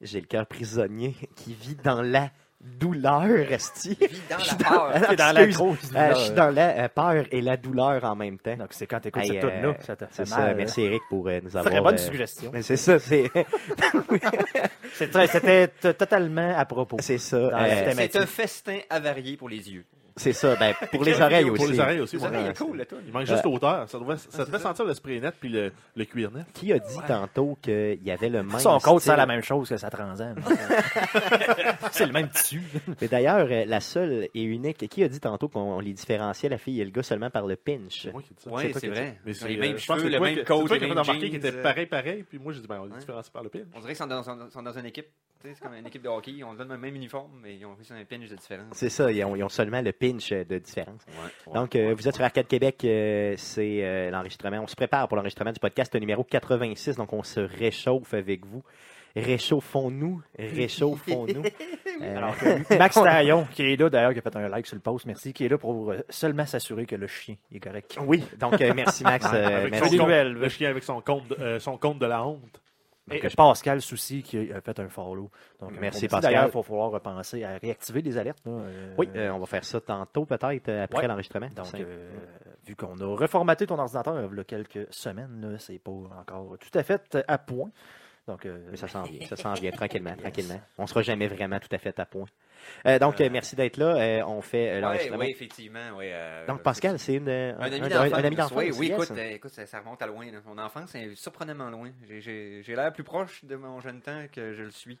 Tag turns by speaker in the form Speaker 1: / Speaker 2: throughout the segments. Speaker 1: J'ai le cœur prisonnier qui vit dans la douleur, Esti.
Speaker 2: Vis dans
Speaker 1: Je
Speaker 2: la
Speaker 1: suis dans-
Speaker 2: peur.
Speaker 1: Ah,
Speaker 3: T'es dans la
Speaker 1: excuse.
Speaker 3: grosse
Speaker 1: Euh,
Speaker 3: douleur.
Speaker 1: je suis dans la euh, peur et la douleur en même temps.
Speaker 3: Donc, c'est quand t'écoutes
Speaker 1: Hey,
Speaker 3: cette
Speaker 1: euh,
Speaker 3: tune-là, ça te fait
Speaker 1: C'est
Speaker 3: mal.
Speaker 1: ça.
Speaker 3: hein.
Speaker 1: Merci Eric pour euh, nous
Speaker 3: C'est
Speaker 1: avoir.
Speaker 3: très bonne
Speaker 1: euh,
Speaker 3: suggestion.
Speaker 1: mais c'est ça, c'est
Speaker 3: C'est très- C'était t- totalement à propos.
Speaker 1: c'est ça.
Speaker 3: Dans la
Speaker 1: euh,
Speaker 3: système-
Speaker 2: C'est un festin avarié pour les yeux.
Speaker 1: c'est ça. Ben, pour les oreilles aussi.
Speaker 4: Pour les oreilles aussi.
Speaker 2: Les
Speaker 4: ouais.
Speaker 2: oreilles, est cool, le Ah, ton.
Speaker 4: Il manque juste l'odeur. Ça devrait, ça devrait sentir le spray net puis le, le cuir net.
Speaker 1: Qui a dit tantôt qu'il y avait le même.
Speaker 3: Son code
Speaker 1: style?
Speaker 3: sent la même chose que sa transam. c'est le même tissu.
Speaker 1: Mais d'ailleurs, euh, la seule et unique. Qui a dit tantôt qu'on on les différenciait la fille et le gars seulement par le pinch?
Speaker 4: moi qui dis ça.
Speaker 2: Ouais,
Speaker 4: toi
Speaker 2: c'est
Speaker 4: qui dis
Speaker 2: vrai.
Speaker 4: ça. Mais
Speaker 2: Ils ont
Speaker 4: c'est,
Speaker 2: les mêmes
Speaker 4: euh, je pense
Speaker 2: cheveux,
Speaker 4: que
Speaker 2: le
Speaker 4: c'est toi
Speaker 2: même
Speaker 4: qui-
Speaker 2: code,
Speaker 4: C'est toi
Speaker 2: les
Speaker 4: qui m'as
Speaker 2: mêmes
Speaker 4: remarqué qu'il
Speaker 2: jeans,
Speaker 4: était
Speaker 2: euh.
Speaker 4: pareil, pareil. Puis moi, j'ai dit, ben, on
Speaker 2: Ouais.
Speaker 4: est différencé par le
Speaker 1: Euh,
Speaker 4: pin.
Speaker 2: On dirait qu'ils sont dans, sont- sont dans une équipe. Tu sais, C'est comme une équipe de hockey. On donne le même uniforme, mais ils ont réussi un pinch de différence.
Speaker 1: C'est ça, ils ont, ils ont seulement le pinch euh, de différence.
Speaker 2: Ouais.
Speaker 1: Donc, euh, vous êtes sur Arcade Québec, euh, c'est euh, l'enregistrement. On se prépare pour l'enregistrement du podcast numéro 86, donc on se réchauffe avec vous. Réchauffons-nous, réchauffons-nous. Euh,
Speaker 3: Alors, que Max Taillon, qui est là d'ailleurs, qui a fait un like sur le post, merci, qui est là pour euh, seulement s'assurer que le chien est correct.
Speaker 1: oui, donc euh, merci Max. euh,
Speaker 4: Avec
Speaker 1: merci.
Speaker 4: son
Speaker 3: des
Speaker 4: compte-
Speaker 3: nouvelles.
Speaker 4: Le chien avec son compte de- euh, son compte de la honte.
Speaker 1: euh,
Speaker 3: Et euh, Pascal Souci qui a fait un follow. Donc,
Speaker 1: Merci,
Speaker 3: on dit
Speaker 1: Pascal.
Speaker 3: D'ailleurs, il faut falloir repenser à réactiver les alertes. là, euh,
Speaker 1: Oui, euh, on va faire ça tantôt peut-être euh, après
Speaker 3: Ouais.
Speaker 1: l'enregistrement.
Speaker 3: Donc,
Speaker 1: C'est-
Speaker 3: euh, vu qu'on a reformaté ton ordinateur il y a quelques semaines, là, c'est pas encore tout à fait à point. Donc, euh,
Speaker 1: Mais ça s'en vient, ça s'en vient tranquillement, tranquillement. On sera jamais vraiment tout à fait à point. Euh, donc, euh, merci d'être là. Euh, on fait euh,
Speaker 2: Ouais,
Speaker 1: l'enregistrement.
Speaker 2: ouais, effectivement. ouais, euh,
Speaker 1: Donc, Pascal, c'est une, euh,
Speaker 2: Un ami
Speaker 1: un-
Speaker 2: d'enfance.
Speaker 1: un ami d'enfance,
Speaker 2: Oui, oui,
Speaker 1: yes.
Speaker 2: écoute, euh, écoute, ça, ça remonte à loin. là. Mon enfance c'est surprenamment loin. J'ai- J'ai j'ai l'air plus proche de mon jeune temps que je le suis.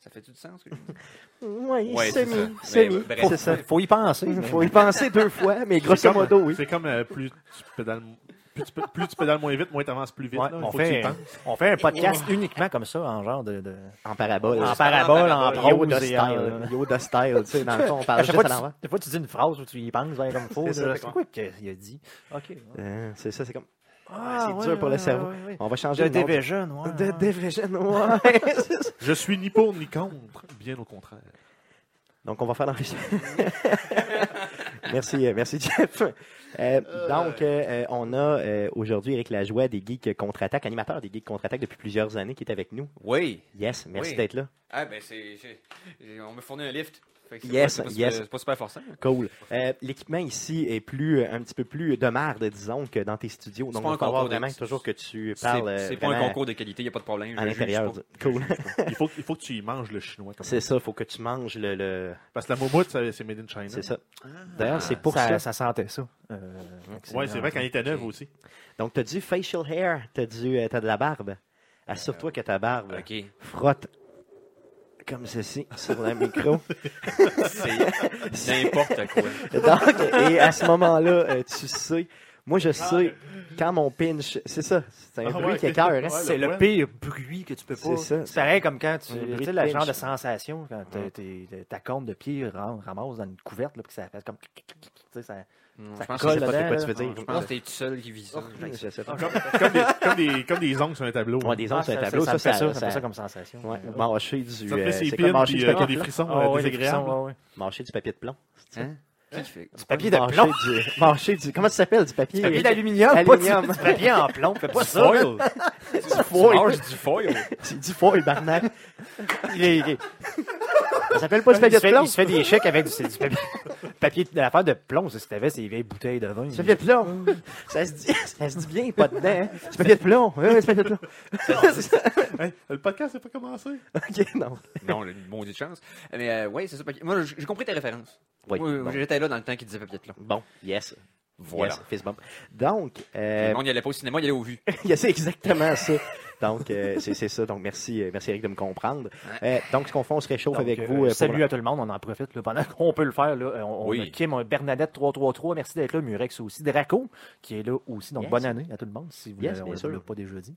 Speaker 2: Ça fait tout du sens? ce que je dis?
Speaker 1: Oui,
Speaker 2: Ouais, c'est
Speaker 1: semi,
Speaker 2: ben, ça.
Speaker 1: semi.
Speaker 2: Mais, bref,
Speaker 1: C'est ça.
Speaker 3: faut y penser.
Speaker 1: Il
Speaker 3: mais-
Speaker 1: faut y penser deux fois, mais grosso
Speaker 4: comme-
Speaker 1: modo, oui.
Speaker 4: C'est comme euh, plus tu pédales plus tu, pé- plus tu pédales moins vite, moins t'avances plus vite.
Speaker 3: Ouais,
Speaker 4: là.
Speaker 3: on,
Speaker 4: Faut que tu y
Speaker 1: hein.
Speaker 3: fait,
Speaker 4: penses.
Speaker 3: on fait un podcast uniquement comme ça, en genre de. de-
Speaker 1: En parabole.
Speaker 3: en
Speaker 1: C'est
Speaker 3: parabole, en
Speaker 2: parabole.
Speaker 3: prose.
Speaker 1: Yoda
Speaker 3: et
Speaker 1: style.
Speaker 3: en-
Speaker 1: Yoda style, tu Ah, sais, dans le fond, on
Speaker 3: À
Speaker 1: parle
Speaker 3: chaque
Speaker 1: juste
Speaker 3: fois,
Speaker 1: à
Speaker 3: tu-
Speaker 1: l'envers.
Speaker 3: des fois, tu dis une phrase où tu y penses, ben, comme faut.
Speaker 1: C'est ça,
Speaker 3: là,
Speaker 1: c'est
Speaker 3: C'est quoi qu'il a dit? OK.
Speaker 1: Euh, C'est ça, c'est comme.
Speaker 3: Ah,
Speaker 1: c'est
Speaker 3: ouais,
Speaker 1: dur pour le
Speaker 3: ouais,
Speaker 1: cerveau.
Speaker 3: ouais, ouais.
Speaker 1: On va changer
Speaker 3: De
Speaker 1: le nom.
Speaker 3: TV jeune, ouais.
Speaker 1: De
Speaker 3: ouais.
Speaker 1: Devregen, ouais. c'est ça.
Speaker 4: Je suis ni pour ni contre, bien au contraire.
Speaker 1: Donc, on va faire l'enregistrement. merci, euh, merci, Jeff. Euh, donc, euh, euh, on a euh, aujourd'hui Eric Lajoie des Geeks Contre-Attaque, animateur des Geeks Contre-Attaque depuis plusieurs années, qui est avec nous.
Speaker 2: Oui.
Speaker 1: Yes, merci
Speaker 2: Oui.
Speaker 1: d'être là.
Speaker 2: Ah, ben, c'est. j'ai- j'ai- On me fournit un lift. Fait que c'est
Speaker 1: Yes,
Speaker 2: pas- c'est pas
Speaker 1: yes.
Speaker 2: super- C'est pas super forçant.
Speaker 1: Cool. Euh, L'équipement ici est plus, euh, un petit peu plus de marde, disons, que dans tes studios.
Speaker 2: C'est
Speaker 1: Donc,
Speaker 2: pas
Speaker 1: il
Speaker 2: un
Speaker 1: va falloir
Speaker 2: concours de-
Speaker 1: vraiment toujours que tu
Speaker 2: C'est
Speaker 1: parles euh,
Speaker 2: c'est pas un
Speaker 1: vraiment
Speaker 2: concours de qualité, il n'y a pas de problème.
Speaker 1: à
Speaker 2: je juge
Speaker 1: l'intérieur.
Speaker 2: pas.
Speaker 1: du- Cool.
Speaker 4: Il faut, il faut que tu y manges le chinois. Comme ça.
Speaker 1: C'est ça, faut que tu manges le. le-
Speaker 4: Parce que la moumoute, ça- c'est made in China.
Speaker 1: C'est ça.
Speaker 2: Ah.
Speaker 1: D'ailleurs, Ah, c'est pour ça.
Speaker 3: ça, ça sentait ça. Euh,
Speaker 4: Ouais, c'est vrai qu'en était neuf
Speaker 2: Ok.
Speaker 4: aussi.
Speaker 1: Donc, t'as du facial hair, t'as du, euh, t'as de la barbe. Assure-toi que ta barbe
Speaker 2: Ok.
Speaker 1: frotte comme ceci sur le micro.
Speaker 2: C'est n'importe quoi.
Speaker 1: Donc, et à ce moment-là, euh, tu sais. Moi,
Speaker 2: Ah,
Speaker 1: je sais, quand mon pinch. C'est ça, c'est un
Speaker 4: Ah
Speaker 1: bruit
Speaker 4: ouais.
Speaker 1: qui écoeure, hein.
Speaker 4: Ouais,
Speaker 3: C'est le
Speaker 4: poil.
Speaker 3: pire bruit que tu peux
Speaker 1: C'est
Speaker 3: pas.
Speaker 1: ça.
Speaker 3: C'est pareil comme quand tu.
Speaker 1: Un bruit
Speaker 3: Tu
Speaker 1: de
Speaker 3: sais, le
Speaker 1: pinch.
Speaker 3: genre de sensation quand t'es-
Speaker 1: Ouais.
Speaker 3: t'es- t'es- ta corne de pied ram- ramasse dans une couverte, là, puis que ça fait comme. Tu sais, ça.
Speaker 2: Non,
Speaker 3: Ça
Speaker 2: je pense
Speaker 1: Je
Speaker 2: que
Speaker 3: colle
Speaker 1: sais pas
Speaker 3: dedans,
Speaker 1: quoi tu
Speaker 3: là.
Speaker 1: veux
Speaker 2: c'est-
Speaker 1: dire.
Speaker 2: je pense que t'es tout seul qui vit ça.
Speaker 1: Je sais pas.
Speaker 4: Comme, comme des, comme, des, comme des ongles sur un tableau.
Speaker 1: Ouais, des ondes sur un
Speaker 3: Ah,
Speaker 1: tableau, ça,
Speaker 3: me fait
Speaker 1: ça.
Speaker 3: ça, ça, me fait
Speaker 1: ça-
Speaker 3: ça comme sensation.
Speaker 1: Ouais,
Speaker 3: Ouais.
Speaker 1: mâcher du.
Speaker 4: Ça te
Speaker 1: euh,
Speaker 4: fait ses
Speaker 1: c'est
Speaker 4: pins,
Speaker 1: comme mâcher
Speaker 4: puis
Speaker 1: du
Speaker 4: euh,
Speaker 1: papier de
Speaker 4: t'as des
Speaker 1: plomb.
Speaker 4: frissons
Speaker 3: Ah,
Speaker 4: euh,
Speaker 3: ouais, les
Speaker 4: désagréables.
Speaker 3: frissons, ouais, ouais.
Speaker 1: Mâcher du papier de plomb. c'est-tu?
Speaker 2: Hein? Qui fait-
Speaker 3: Du papier de
Speaker 1: Mâcher
Speaker 3: plomb.
Speaker 1: du- Mâcher du. Comment ça s'appelle du papier
Speaker 3: Papier d'aluminium, pas
Speaker 1: Aluminium.
Speaker 3: du- du papier en plomb, fais pas
Speaker 4: Du
Speaker 3: ça. là.
Speaker 1: Du
Speaker 4: foil.
Speaker 1: foil.
Speaker 2: du foil.
Speaker 1: C'est du foil, barnac.
Speaker 3: Il est- il est-
Speaker 1: Ça s'appelle pas du papier
Speaker 3: il, se
Speaker 1: de
Speaker 3: fait,
Speaker 1: plomb.
Speaker 3: il se fait des chèques avec du, c'est du papier, papier de l'affaire de plomb, c'est ce que t'avais, c'est des vieilles bouteilles de vin.
Speaker 1: Du papier de plomb. Ça se dit, ça se dit bien, pas dedans. hein. Du papier de plomb. Ouais, du papier de plomb.
Speaker 4: Hey, le podcast n'a pas commencé.
Speaker 1: Ok, non.
Speaker 2: Non, le maudite chance. Mais euh, ouais, c'est ça. papier- Moi, j'ai j'ai compris tes références.
Speaker 1: Oui,
Speaker 2: Moi,
Speaker 1: bon.
Speaker 2: J'étais là dans le temps qui disait papier de plomb.
Speaker 1: Bon, yes.
Speaker 2: Voilà.
Speaker 1: Yes, fist bump. Donc, euh,
Speaker 2: Le monde n'y allait pas au cinéma, il allait au vu.
Speaker 1: c'est exactement ça. Donc, euh, c'est c'est ça. Donc, merci, euh, merci Eric de me comprendre. Euh, donc, ce qu'on fait, on se réchauffe avec
Speaker 3: Donc, euh,
Speaker 1: vous. euh, pour
Speaker 3: salut
Speaker 1: la-
Speaker 3: à tout le monde, on en profite là, pendant qu'on peut le faire. Là, Euh, on, on
Speaker 2: Oui.
Speaker 3: a Kim, on a Bernadette333, merci d'être là, Murex aussi, Draco qui est là aussi. Donc
Speaker 1: Yes.
Speaker 3: bonne année à tout le monde si vous
Speaker 1: Yes,
Speaker 3: ne
Speaker 1: bien
Speaker 3: l'avez
Speaker 1: sûr.
Speaker 3: pas déjà dit.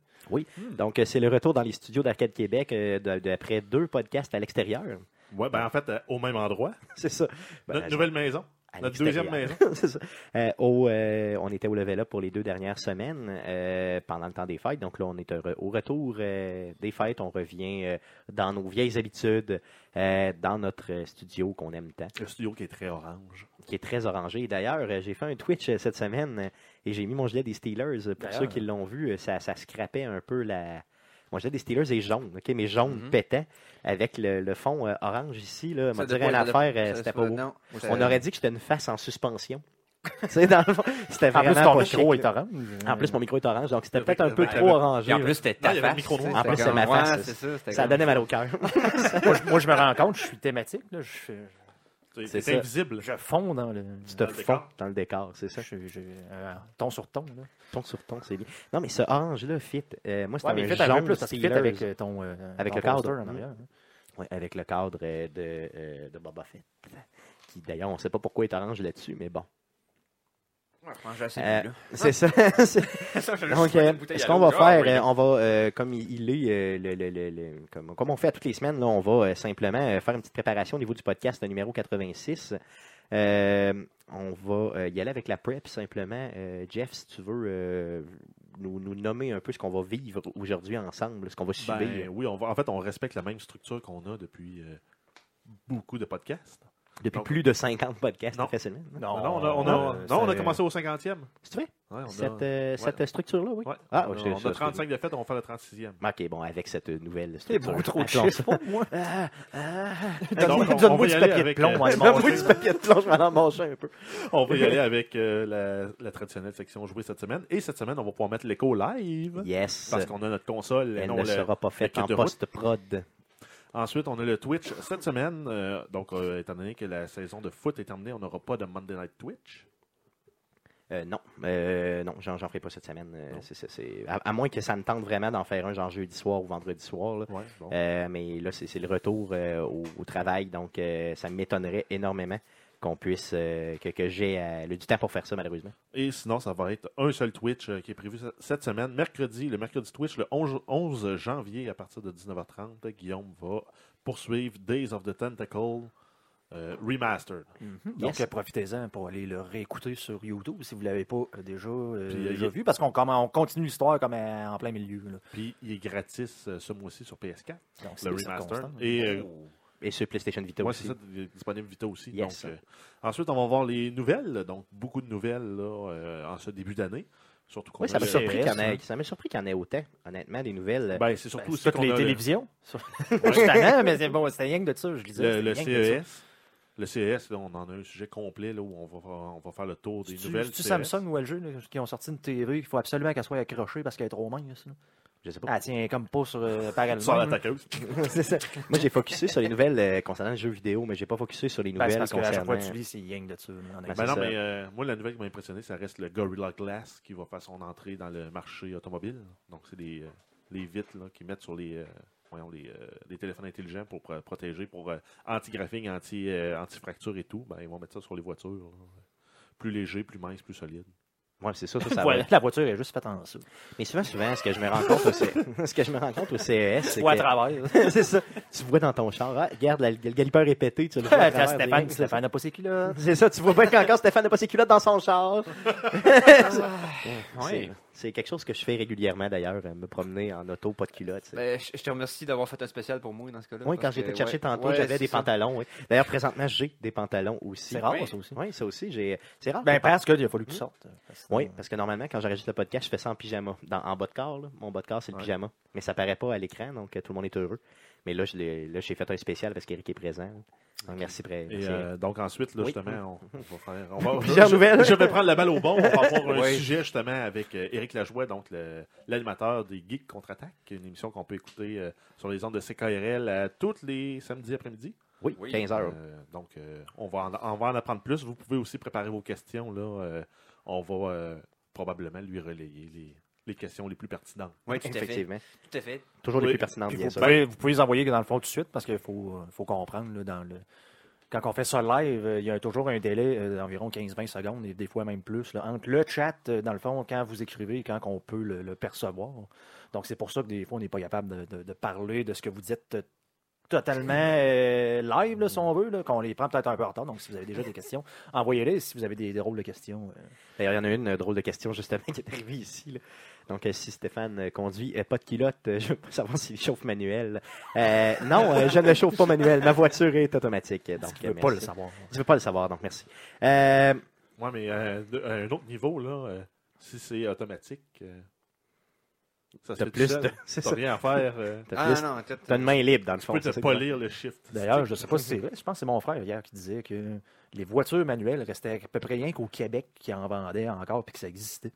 Speaker 1: Donc, euh, c'est le retour dans les studios d'Arcade Québec euh, de- d'après deux podcasts à l'extérieur.
Speaker 4: Ouais, ben en fait, euh, au même endroit.
Speaker 1: C'est ça. Ben,
Speaker 4: Notre nouvelle maison.
Speaker 1: à
Speaker 4: Notre
Speaker 1: l'extérieur.
Speaker 4: deuxième maison.
Speaker 1: C'est ça. Euh, au, euh, on était au level up pour les deux dernières semaines euh, pendant le temps des fêtes. Donc là, on est au re- au retour euh, des fêtes. On revient euh, dans nos vieilles habitudes, euh, dans notre euh, studio qu'on aime tant,
Speaker 4: Le studio qui est très orange.
Speaker 1: qui est très orangé. Et D'ailleurs, euh, j'ai fait un Twitch euh, cette semaine euh, et j'ai mis mon gilet des Steelers. Pour
Speaker 3: D'ailleurs.
Speaker 1: ceux qui l'ont vu, euh, ça, ça scrapait un peu la... Mon gilet des Steelers est jaune, ok, mais jaune
Speaker 2: Mhm.
Speaker 1: pétant, avec le, le fond euh, orange ici. Là,
Speaker 2: Ça
Speaker 1: on
Speaker 2: doit
Speaker 1: dirait
Speaker 2: être-
Speaker 1: l'affaire, euh,
Speaker 2: ça
Speaker 1: c'était pas
Speaker 2: doit-
Speaker 1: beau.
Speaker 2: non, ça-
Speaker 1: On aurait dit que c'était une face en suspension. Tu sais, dans le fond, c'était
Speaker 3: En
Speaker 1: vraiment
Speaker 3: plus, ton
Speaker 1: pas
Speaker 3: micro
Speaker 1: chic,
Speaker 3: est
Speaker 1: là.
Speaker 3: orange.
Speaker 1: En
Speaker 3: euh,
Speaker 1: plus, mon micro est orange, donc c'était
Speaker 4: Oui,
Speaker 1: peut-être un peu
Speaker 4: ben,
Speaker 1: trop
Speaker 4: ben,
Speaker 1: orangé.
Speaker 2: Et en
Speaker 1: là.
Speaker 2: plus, c'était
Speaker 4: Non,
Speaker 2: ta
Speaker 4: il y avait le
Speaker 2: face.
Speaker 4: micro
Speaker 2: tu sais,
Speaker 4: noir.
Speaker 1: En plus,
Speaker 2: c'était
Speaker 1: c'est ma
Speaker 2: comme-
Speaker 1: face,
Speaker 2: ouais,
Speaker 1: c'est-
Speaker 2: c'est ça. c'était
Speaker 1: ça
Speaker 2: comme-
Speaker 1: donnait mal au cœur.
Speaker 3: moi, je, moi, je me rends compte, je suis thématique, là, je, fais-
Speaker 4: C'est
Speaker 1: C'est
Speaker 4: c'est
Speaker 1: ça.
Speaker 4: invisible.
Speaker 3: je fonds dans le.
Speaker 1: Tu te
Speaker 4: Dans le
Speaker 1: fonds
Speaker 4: décor.
Speaker 1: dans le décor, c'est ça.
Speaker 3: Je, je- euh, ton sur ton. Là.
Speaker 1: Ton sur ton, c'est bien. Non, mais ce orange-là fit. Euh, moi, c'était
Speaker 3: Ouais, mais
Speaker 1: un
Speaker 3: fais un peu
Speaker 1: jaune
Speaker 3: plus, ça se fit
Speaker 1: Steelers.
Speaker 3: avec euh, ton. euh,
Speaker 1: Avec
Speaker 3: ton
Speaker 1: le cadre.
Speaker 3: poster en
Speaker 1: Mhm.
Speaker 3: arrière, hein.
Speaker 1: Ouais, avec le cadre euh, de, euh, de Boba Fett. Qui, d'ailleurs, on ne sait pas pourquoi il est orange là-dessus, mais bon.
Speaker 2: Ouais, je pense que j'ai assez
Speaker 1: Euh,
Speaker 2: bu, là.
Speaker 1: C'est ça. c'est-
Speaker 2: Ça, je vais
Speaker 1: Donc,
Speaker 2: juste mettre
Speaker 1: euh,
Speaker 2: une bouteille
Speaker 1: ce
Speaker 2: à
Speaker 1: qu'on va
Speaker 2: l'eau. Ah,
Speaker 1: faire,
Speaker 2: oui.
Speaker 1: euh, on va, euh, comme il, il est, euh, le- le- le- le- comme, comme on fait à toutes les semaines, là, on va euh, simplement euh, faire une petite préparation au niveau du podcast le numéro 86. Euh, on va euh, y aller avec la prep simplement. Euh, Jeff, si tu veux euh, nous, nous nommer un peu ce qu'on va vivre aujourd'hui ensemble, ce qu'on va subir.
Speaker 4: Ben, oui, on va, en fait, on respecte la même structure qu'on a depuis euh, beaucoup de podcasts.
Speaker 1: Depuis
Speaker 4: non.
Speaker 1: plus de 50 podcasts, hein.
Speaker 4: Non.
Speaker 1: facilement. non?
Speaker 4: Non, non, on a, on a-
Speaker 3: euh,
Speaker 4: non, on a
Speaker 3: ça-
Speaker 4: commencé au 50e.
Speaker 1: Si tu veux,
Speaker 4: Ouais, on a-
Speaker 1: cette, euh, cette structure-là, oui.
Speaker 4: ouais.
Speaker 1: Ah,
Speaker 4: on,
Speaker 1: ouais,
Speaker 4: a,
Speaker 1: c'est
Speaker 4: on a
Speaker 1: ça,
Speaker 4: 35 de fait, on va faire le 36e.
Speaker 1: OK, bon, avec cette nouvelle
Speaker 3: C'est
Speaker 1: structure. Ah,
Speaker 3: beaucoup trop de
Speaker 1: Appelons
Speaker 3: chiffres pour moi. Donne-moi
Speaker 4: Donc, on- on
Speaker 3: donne-moi
Speaker 4: va y
Speaker 3: du
Speaker 4: aller
Speaker 3: papier de
Speaker 4: avec,
Speaker 1: hein,
Speaker 3: plomb.
Speaker 4: euh,
Speaker 3: moi, je m'en
Speaker 1: Donne-moi
Speaker 3: vais.
Speaker 1: du papier de plonge, je vais en manger un peu.
Speaker 4: On va y aller avec euh, la, la traditionnelle section jouée cette semaine. Et cette semaine, on va pouvoir mettre l'écho live.
Speaker 1: Yes.
Speaker 4: Parce qu'on a notre console. et
Speaker 1: Elle
Speaker 4: non
Speaker 1: ne
Speaker 4: le-
Speaker 1: sera pas faite
Speaker 4: kit
Speaker 1: en
Speaker 4: de route.
Speaker 1: post-prod.
Speaker 4: Ensuite, on a le Twitch cette semaine. euh, donc, euh, étant donné que la saison de foot est terminée, on n'aura pas de Monday Night Twitch.
Speaker 1: Euh, non, euh, non, j'en j'en ferai pas cette semaine. euh,
Speaker 4: Non.
Speaker 1: c'est- c'est- c'est- à, à moins que ça me tente vraiment d'en faire un genre jeudi soir ou vendredi soir. là.
Speaker 4: Ouais, bon.
Speaker 1: Euh, mais là, c'est c'est le retour euh, au, au travail, donc euh, ça m'étonnerait énormément qu'on puisse, euh, que, que j'ai euh, le- du temps pour faire ça, malheureusement.
Speaker 4: Et sinon, ça va être un seul Twitch euh, qui est prévu ce- cette semaine. Mercredi, le mercredi Twitch, le 11, 11 janvier à partir de 19h30, Guillaume va poursuivre Days of the Tentacle euh, Remastered.
Speaker 3: Mhm. Donc,
Speaker 1: Yes.
Speaker 3: euh, profitez-en pour aller le réécouter sur YouTube si vous ne l'avez pas euh, déjà, euh,
Speaker 4: Puis, euh,
Speaker 3: déjà
Speaker 4: y-
Speaker 3: vu, parce qu'on comm- on continue l'histoire comme à- en plein milieu. là.
Speaker 4: Puis, il est gratis euh, ce mois-ci sur PS4,
Speaker 3: Donc, c'est
Speaker 4: le
Speaker 3: des
Speaker 4: Remastered.
Speaker 3: circonstances.
Speaker 4: Et euh,
Speaker 1: Et sur PlayStation Vita
Speaker 4: Ouais, c'est
Speaker 1: aussi.
Speaker 4: ça, il est disponible Vita aussi.
Speaker 1: Yes.
Speaker 4: Donc, euh, ensuite, on va voir les nouvelles. Donc, beaucoup de nouvelles là, euh, en ce début d'année. Surtout qu'on
Speaker 1: Oui,
Speaker 4: a
Speaker 1: ça m'a
Speaker 4: le- E
Speaker 1: surpris qu'il y en ait-
Speaker 3: hein.
Speaker 1: ça m'a surpris qu'il y en ait autant, honnêtement, des nouvelles. euh.
Speaker 4: Ben, c'est
Speaker 3: Ben,
Speaker 4: surtout aussi
Speaker 3: c'est toutes
Speaker 4: qu'on
Speaker 3: les
Speaker 4: a le-
Speaker 3: télévisions. Justement, mais c'est bon, c'était rien que de ça, je lisais.
Speaker 4: le,
Speaker 3: c'était
Speaker 4: le
Speaker 3: rien que de ça.
Speaker 4: CES. Le CES, là, on en a un sujet complet là, où on va, on va faire le tour des
Speaker 3: C'est-tu-
Speaker 4: nouvelles. E
Speaker 3: C'est-tu
Speaker 4: CES.
Speaker 3: Samsung ou LG là, qui ont sorti une TV qu'il faut absolument qu'elle soit accrochée parce qu'elle est trop mince? là?
Speaker 1: Je sais pas.
Speaker 3: Ah, elle tient comme pas sur, euh, par elle-même.
Speaker 4: Sur la
Speaker 3: là.
Speaker 4: taqueuse.
Speaker 1: C'est ça. Moi, j'ai focusé sur les nouvelles euh, concernant les jeux vidéo, mais j'ai pas focusé sur les
Speaker 3: Ben, c'est
Speaker 1: nouvelles
Speaker 3: parce qu'à chaque
Speaker 1: concernant.
Speaker 3: fois que tu lis, c'est rien que de ça. là, honnêtement.
Speaker 1: c'est
Speaker 4: Ben non,
Speaker 1: ça.
Speaker 4: mais euh, moi, la nouvelle qui m'a impressionné, ça reste le Gorilla Glass qui va faire son entrée dans le marché automobile. Donc, c'est des, euh, les vitres là, qu'ils mettent sur les, euh, voyons, les, euh, les téléphones intelligents pour pro- protéger, pour euh, anti-graphing, anti, euh, anti-fracture et tout. Ben, ils vont mettre ça sur les voitures. là. Plus léger, plus mince, plus solide.
Speaker 1: Ouais, c'est ça, ça, ça va
Speaker 3: Voilà, La voiture est juste faite en ça.
Speaker 1: Mais souvent, souvent, ce que je me rends compte au, C- ce que je me rends compte au CES, c'est
Speaker 3: Ou à
Speaker 1: que
Speaker 3: travers.
Speaker 1: c'est ça. Tu vois dans ton char, ah, regarde, la- le galipeur est pété, tu le vois. à
Speaker 3: Après,
Speaker 1: travers les-
Speaker 3: Stéphane,
Speaker 1: c'est ça.
Speaker 3: Stéphane n'a pas ses culottes.
Speaker 1: C'est ça, tu vois bien qu'encore Stéphane n'a pas ses culottes dans son char.
Speaker 2: Ouais.
Speaker 1: C'est- C'est quelque chose que je fais régulièrement d'ailleurs, euh, me promener en auto, pas de culottes. c'est-
Speaker 2: Ben, je je te remercie d'avoir fait un spécial pour moi dans ce cas-là.
Speaker 1: Oui, quand
Speaker 2: parce
Speaker 1: j'ai été
Speaker 2: que-
Speaker 1: te chercher
Speaker 2: ouais.
Speaker 1: tantôt,
Speaker 2: Ouais,
Speaker 1: j'avais
Speaker 2: c'est
Speaker 1: des
Speaker 2: ça.
Speaker 1: pantalons. oui. D'ailleurs, présentement, j'ai des pantalons aussi.
Speaker 3: C'est rare,
Speaker 2: Oui.
Speaker 3: ça aussi.
Speaker 1: Oui, ça aussi, j'ai. C'est rare. Hmm.
Speaker 3: Ben, parce qu'il a fallu que tu sortes.
Speaker 1: Oui, parce que normalement, quand j'enregistre le podcast, je fais ça en pyjama. Dans, en bas de corps, là. mon bas de corps, c'est le
Speaker 4: Ouais.
Speaker 1: pyjama. Mais ça paraît pas à l'écran, donc euh, tout le monde est heureux. Mais là, je l'ai- là, j'ai fait un spécial parce qu'Éric est présent. Donc, merci, pré-
Speaker 4: Et
Speaker 1: merci, Eric.
Speaker 4: euh, donc, ensuite, là,
Speaker 1: Oui.
Speaker 4: justement, on, on va faire. on va-
Speaker 1: Plusieurs
Speaker 4: je,
Speaker 1: nouvelles.
Speaker 4: je vais prendre la balle au bon. On va avoir un
Speaker 2: Oui.
Speaker 4: sujet, justement, avec euh, Éric Lajoie, donc le- l'animateur des Geeks Contre-Attaque, une émission qu'on peut écouter euh, sur les ondes de CKRL à euh, tous les samedis après-midi.
Speaker 1: Ah Oui,
Speaker 2: oui,
Speaker 1: 15 heures.
Speaker 4: Euh, donc, euh, on, va en, on va en apprendre plus. Vous pouvez aussi préparer vos questions. Là, euh, on va euh, probablement lui relayer les, les questions les plus pertinentes.
Speaker 2: Oui, tout à fait.
Speaker 3: Effectivement.
Speaker 2: Tout à fait.
Speaker 3: Toujours les
Speaker 4: Oui,
Speaker 3: plus pertinentes,
Speaker 4: puis
Speaker 3: bien
Speaker 4: vous
Speaker 3: sûr.
Speaker 4: pouvez-
Speaker 3: vous pouvez les envoyer dans le fond tout de suite parce qu'il faut, euh, faut comprendre là, dans le. Quand on fait ça live, euh, il y a toujours un délai euh, d'environ 15-20 secondes et des fois même plus là, entre le chat, euh, dans le fond, quand vous écrivez et quand on peut le, le percevoir. Donc c'est pour ça que des fois on n'est pas capable de, de- de parler de ce que vous dites euh, totalement euh, live, là, si on veut, là, qu'on les prend peut-être un peu en retard. Donc si vous avez déjà des questions, envoyez-les. Si vous avez des, des drôles de questions, euh,
Speaker 1: D'ailleurs, il y en a une euh, drôle de question justement qui est arrivée ici. là. Donc, euh, si Stéphane euh, conduit, euh, pas de culotte, euh, je veux pas savoir s'il chauffe manuel. Euh, non, euh, je ne chauffe pas manuel. Ma voiture est automatique. euh, Donc,
Speaker 3: tu
Speaker 1: euh,
Speaker 3: ne veux pas le
Speaker 1: merci.
Speaker 3: savoir.
Speaker 1: Tu veux pas le savoir, donc merci. Euh,
Speaker 4: Oui, mais euh, de- à un autre niveau, là, euh, si c'est automatique, euh, ça se
Speaker 1: t'as
Speaker 4: fait
Speaker 1: plus
Speaker 4: tout seul.
Speaker 1: de. C'est
Speaker 4: T'as
Speaker 1: ça.
Speaker 4: rien à faire. euh,
Speaker 1: T'as
Speaker 2: Ah
Speaker 1: plus-
Speaker 2: non, tout-
Speaker 1: t'as une main libre dans le
Speaker 4: tu
Speaker 1: fond.
Speaker 4: peux
Speaker 1: c'est
Speaker 4: te
Speaker 1: ça que-
Speaker 4: polir le shift.
Speaker 3: D'ailleurs, je ne sais pas si c'est vrai. Je pense que c'est mon frère hier qui disait que les voitures manuelles restaient à peu près rien qu'au Québec qui en vendaient encore puis que ça existait.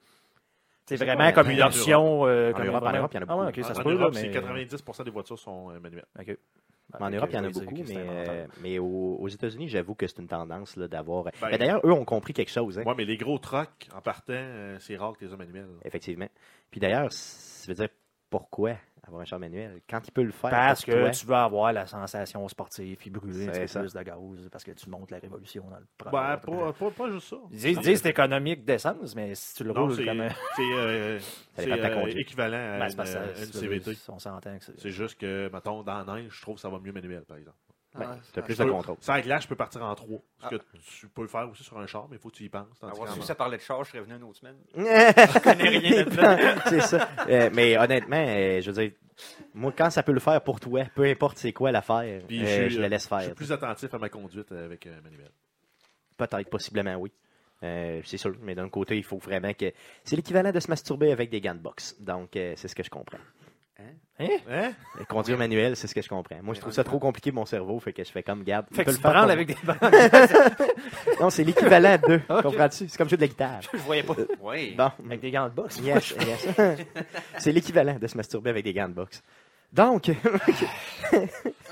Speaker 3: C'est
Speaker 4: sais
Speaker 3: vraiment
Speaker 4: pas,
Speaker 3: comme
Speaker 4: en
Speaker 3: une
Speaker 4: Europe.
Speaker 3: option. euh,
Speaker 1: En
Speaker 3: comme
Speaker 1: Europe,
Speaker 3: vraiment-
Speaker 1: en Europe, il y en a
Speaker 3: Ah ouais,
Speaker 1: beaucoup.
Speaker 3: ok, ça
Speaker 4: en
Speaker 3: se
Speaker 4: en
Speaker 3: peut, là,
Speaker 4: Europe,
Speaker 3: mais...
Speaker 4: c'est 90% des voitures sont euh, manuelles.
Speaker 3: Ok.
Speaker 1: En Europe, il y en a
Speaker 3: Ok,
Speaker 1: beaucoup,
Speaker 3: c'est-
Speaker 1: mais
Speaker 3: c'est
Speaker 1: euh,
Speaker 3: inventé.
Speaker 1: mais aux, aux États-Unis, j'avoue que c'est une tendance là, d'avoir.
Speaker 4: Ben,
Speaker 1: Mais D'ailleurs, eux ont compris quelque chose. hein.
Speaker 4: Oui, mais les gros trucks, en partant, euh, c'est rare que les hommes manuels.
Speaker 1: Effectivement. Puis d'ailleurs, ça veut dire pourquoi avoir un char manuel quand il peut le faire.
Speaker 3: Parce
Speaker 1: pour toi.
Speaker 3: que tu veux avoir la sensation sportive puis brûler un
Speaker 1: C'est
Speaker 3: petit
Speaker 1: ça.
Speaker 3: peu plus de gaz parce que tu montes la révolution dans le
Speaker 4: Ben,
Speaker 3: programme.
Speaker 4: pas, pas, pas juste ça.
Speaker 3: Ils disent ils disent c'est économique d'essence, mais si tu le
Speaker 4: Non,
Speaker 3: roules
Speaker 4: c'est
Speaker 3: comme un-
Speaker 4: c'est, euh,
Speaker 1: Ça
Speaker 4: c'est,
Speaker 1: dépend de ta
Speaker 4: euh,
Speaker 1: conduite.
Speaker 4: équivalent à
Speaker 3: Ben, c'est
Speaker 4: une,
Speaker 3: parce que
Speaker 4: euh,
Speaker 3: ça-
Speaker 4: une CVT.
Speaker 3: On s'entend que c'est.
Speaker 4: C'est juste que, mettons, dans la neige, je trouve que ça va mieux manuel, par exemple.
Speaker 1: Ouais,
Speaker 2: Ah,
Speaker 1: t'as
Speaker 2: ah,
Speaker 1: plus
Speaker 2: je
Speaker 1: de
Speaker 4: peux-
Speaker 1: contrôle.
Speaker 4: Sans glace, je peux partir en trois. Ce
Speaker 2: Ah.
Speaker 4: que tu peux faire aussi sur un char, mais il faut que tu y penses.
Speaker 1: Ah,
Speaker 4: tandis
Speaker 2: Avoir
Speaker 4: qu'en-
Speaker 2: su que ça parlait de char, je serais venu une autre semaine.
Speaker 1: rien C'est ça. Euh, mais honnêtement, euh, je veux dire, moi, quand ça peut le faire pour toi, peu importe c'est quoi l'affaire,
Speaker 4: Puis
Speaker 1: euh,
Speaker 4: suis,
Speaker 1: je le laisse
Speaker 4: euh, Je
Speaker 1: faire.
Speaker 4: suis plus attentif à ma conduite avec euh, manuel.
Speaker 1: Peut-être, possiblement, oui. Euh, c'est sûr, mais d'un côté, il faut vraiment que. C'est l'équivalent de se masturber avec des gants de boxe. Donc, euh, c'est ce que je comprends.
Speaker 2: Hein?
Speaker 1: Hein?
Speaker 4: Hein?
Speaker 1: Euh, Conduire manuel, c'est ce que je comprends. Moi, je trouve ça trop compliqué pour mon cerveau, fait que je fais comme garde.
Speaker 3: Fait
Speaker 1: tu peux le
Speaker 3: que tu te
Speaker 1: faire
Speaker 3: branles
Speaker 1: pour-
Speaker 3: avec des bandes.
Speaker 1: Non, c'est l'équivalent de.
Speaker 3: Ok.
Speaker 1: Comprends-tu? C'est comme jouer de la guitare.
Speaker 3: Je voyais pas.
Speaker 2: Oui.
Speaker 1: Bon, mais-
Speaker 3: Avec des gants de boxe.
Speaker 1: Yes, yes. c'est l'équivalent de se masturber avec des gants de boxe. Donc,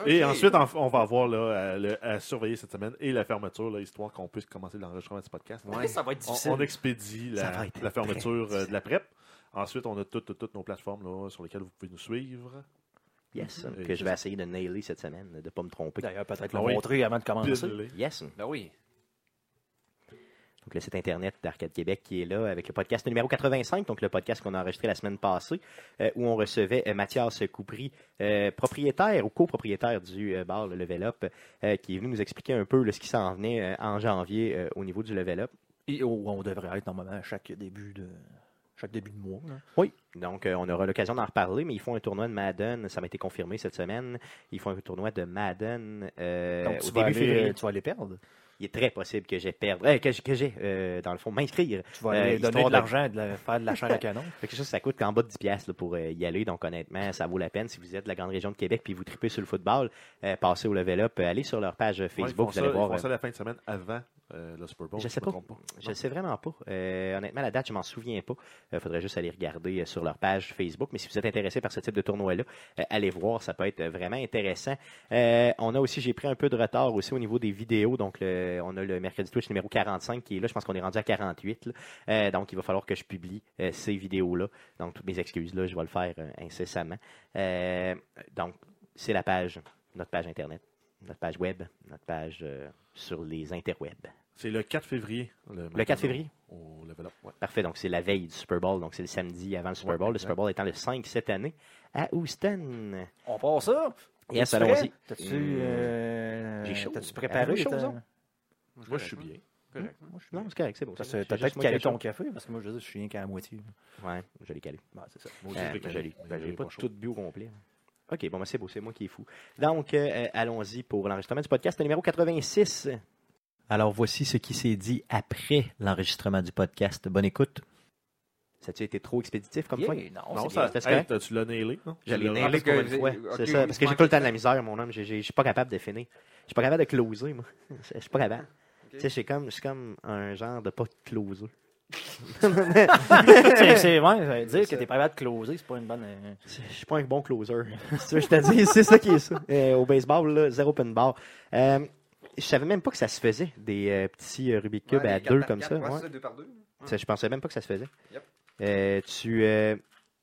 Speaker 4: Et ensuite, en- on va avoir là, à, le- à surveiller cette semaine et la fermeture, là, histoire qu'on puisse commencer l'enregistrement de ce podcast.
Speaker 2: Ouais.
Speaker 3: Ça va être
Speaker 4: On,
Speaker 3: difficile.
Speaker 4: on expédie
Speaker 1: Ça
Speaker 4: la,
Speaker 1: va être
Speaker 4: la fermeture
Speaker 1: très
Speaker 4: euh, de la PrEP. Ensuite, on a toutes, toutes, toutes nos plateformes là, sur lesquelles vous pouvez nous suivre.
Speaker 1: yes,
Speaker 3: Mmh.
Speaker 4: Euh,
Speaker 1: que je vais essayer de nailer cette semaine, de ne pas me tromper.
Speaker 3: D'ailleurs, peut-être le
Speaker 4: Ah oui.
Speaker 3: montrer avant de commencer.
Speaker 4: Diddly.
Speaker 1: Yes.
Speaker 2: Ben oui.
Speaker 1: Donc, le site internet d'Arcade Québec qui est là avec le podcast numéro 85, donc le podcast qu'on a enregistré la semaine passée, euh, où on recevait euh, Mathias Coupry, euh, propriétaire ou copropriétaire du euh, bar le Level Up, euh, qui est venu nous expliquer un peu là, ce qui s'en venait euh, en janvier euh, au niveau du Level Up.
Speaker 3: Et où on devrait être normalement à chaque début de, chaque début de mois. là.
Speaker 1: Oui. Donc, euh, on aura l'occasion d'en reparler, mais ils font un tournoi de Madden. Ça m'a été confirmé cette semaine. Ils font un tournoi de Madden euh,
Speaker 3: Donc, tu,
Speaker 1: au
Speaker 3: vas
Speaker 1: début
Speaker 3: aller,
Speaker 1: février.
Speaker 3: tu vas aller perdre.
Speaker 1: Il est très possible que j'ai perdre, euh, que, j- que j'ai, euh, dans le fond, m'inscrire.
Speaker 3: Tu vas
Speaker 1: Euh,
Speaker 3: aller
Speaker 1: histoire
Speaker 3: donner de
Speaker 1: de-
Speaker 3: l'argent et de la- faire de la chair à canon.
Speaker 1: Fait que ça, ça coûte qu'en bas de 10 pièces pour euh, y aller. Donc, honnêtement, ça vaut la peine. Si vous êtes de la grande région de Québec puis vous tripez sur le football, euh, passez au level up. euh, Allez sur leur page
Speaker 4: Ouais,
Speaker 1: Facebook.
Speaker 4: ils font
Speaker 1: vous allez
Speaker 4: ça, ils
Speaker 1: voir.
Speaker 4: font
Speaker 1: euh,
Speaker 4: ça la fin de semaine avant euh, le Super Bowl.
Speaker 1: Je
Speaker 4: si
Speaker 1: sais
Speaker 4: me
Speaker 1: pas.
Speaker 4: trompe
Speaker 1: Je sais vraiment pas. Euh, honnêtement, la date, je m'en souviens pas. Il faudrait juste aller regarder euh, sur leur page Facebook. Mais si vous êtes intéressé par ce type de tournoi-là, euh, allez voir, ça peut être vraiment intéressant. Euh, on a aussi, j'ai pris un peu de retard aussi au niveau des vidéos. Donc, le- on a le mercredi Twitch numéro 45 qui est là. Je pense qu'on est rendu à 48. là. Euh, donc, il va falloir que je publie euh, ces vidéos-là. Donc, toutes mes excuses, là, je vais le faire euh, incessamment. Euh, donc, c'est la page, notre page Internet, notre page web, notre page euh, sur les interwebs.
Speaker 4: C'est le 4 février.
Speaker 1: Le 4 février.
Speaker 4: Au level up. ouais.
Speaker 1: Parfait, donc c'est la veille du Super Bowl, donc c'est le samedi avant le Super
Speaker 4: Ouais,
Speaker 1: Bowl. Le
Speaker 4: exact.
Speaker 1: Super Bowl étant le 5 cette année à Houston.
Speaker 3: On part ça.
Speaker 1: Yes,
Speaker 3: Es-tu
Speaker 1: allons-y.
Speaker 3: prêt? T'as-tu euh,
Speaker 1: J'ai chaud.
Speaker 3: t'as-tu
Speaker 1: Avez-vous
Speaker 3: préparé euh,
Speaker 1: des
Speaker 3: ta-
Speaker 1: choses, hein?
Speaker 4: Moi, je suis bien.
Speaker 2: Correct.
Speaker 1: Non, c'est correct, c'est bon.
Speaker 3: T'as
Speaker 1: J'ai
Speaker 3: t'as
Speaker 1: juste
Speaker 3: peut-être
Speaker 1: moi
Speaker 3: calé
Speaker 1: quelque
Speaker 3: ton café parce que moi, je veux dire, je suis rien qu'à la moitié.
Speaker 1: chose. Ouais, je l'ai calé.
Speaker 3: Bon, c'est ça.
Speaker 4: Moi aussi,
Speaker 1: Euh,
Speaker 4: je l'ai
Speaker 1: ben, je
Speaker 4: calé,
Speaker 1: l'ai-
Speaker 4: mais
Speaker 1: ben,
Speaker 4: il
Speaker 1: j'ai
Speaker 4: est
Speaker 1: pas
Speaker 4: chaud.
Speaker 1: tout bu au complet. OK, bon, ben, c'est beau, c'est moi qui est fou. Donc, euh, euh, allons-y pour l'enregistrement du podcast numéro 86. Alors, voici ce qui s'est dit après l'enregistrement du podcast. Bonne écoute. Ça a-tu été trop expéditif comme fois?
Speaker 3: Yeah, non,
Speaker 4: Non,
Speaker 3: c'est
Speaker 4: ça,
Speaker 1: bien, c'est
Speaker 4: hey, t'as- tu l'as nailé. non?
Speaker 1: Je
Speaker 4: Tu
Speaker 1: l'ai
Speaker 4: l'as-
Speaker 1: nailé
Speaker 2: parce
Speaker 1: pour
Speaker 2: que
Speaker 1: une
Speaker 2: c'est-
Speaker 1: fois.
Speaker 2: ok,
Speaker 1: C'est
Speaker 2: oui,
Speaker 1: ça, parce que
Speaker 2: il
Speaker 1: j'ai tout le
Speaker 2: manquait
Speaker 1: temps de la misère, mon homme. J'ai- j'ai- Je suis pas capable de finir. Je suis pas capable de closer, moi. Je suis pas capable. Tu sais, je suis comme, je suis comme un genre de pas closer.
Speaker 3: bien. C'est- c'est ouais, ça veut dire que
Speaker 2: ça.
Speaker 3: t'es pas capable de closer, c'est pas une bonne. euh,
Speaker 1: Je suis pas un bon closer. Si tu veux, je te dis, c'est ça qui est ça. Euh, au baseball, là, zéro open bar. Euh, je savais même pas que ça se faisait, des euh, petits euh, Rubik's Cube à deux comme ça. ouais.
Speaker 2: deux par deux.
Speaker 1: Ça, Je pensais même pas que ça se faisait.
Speaker 2: Yep.
Speaker 1: Euh, tu, euh,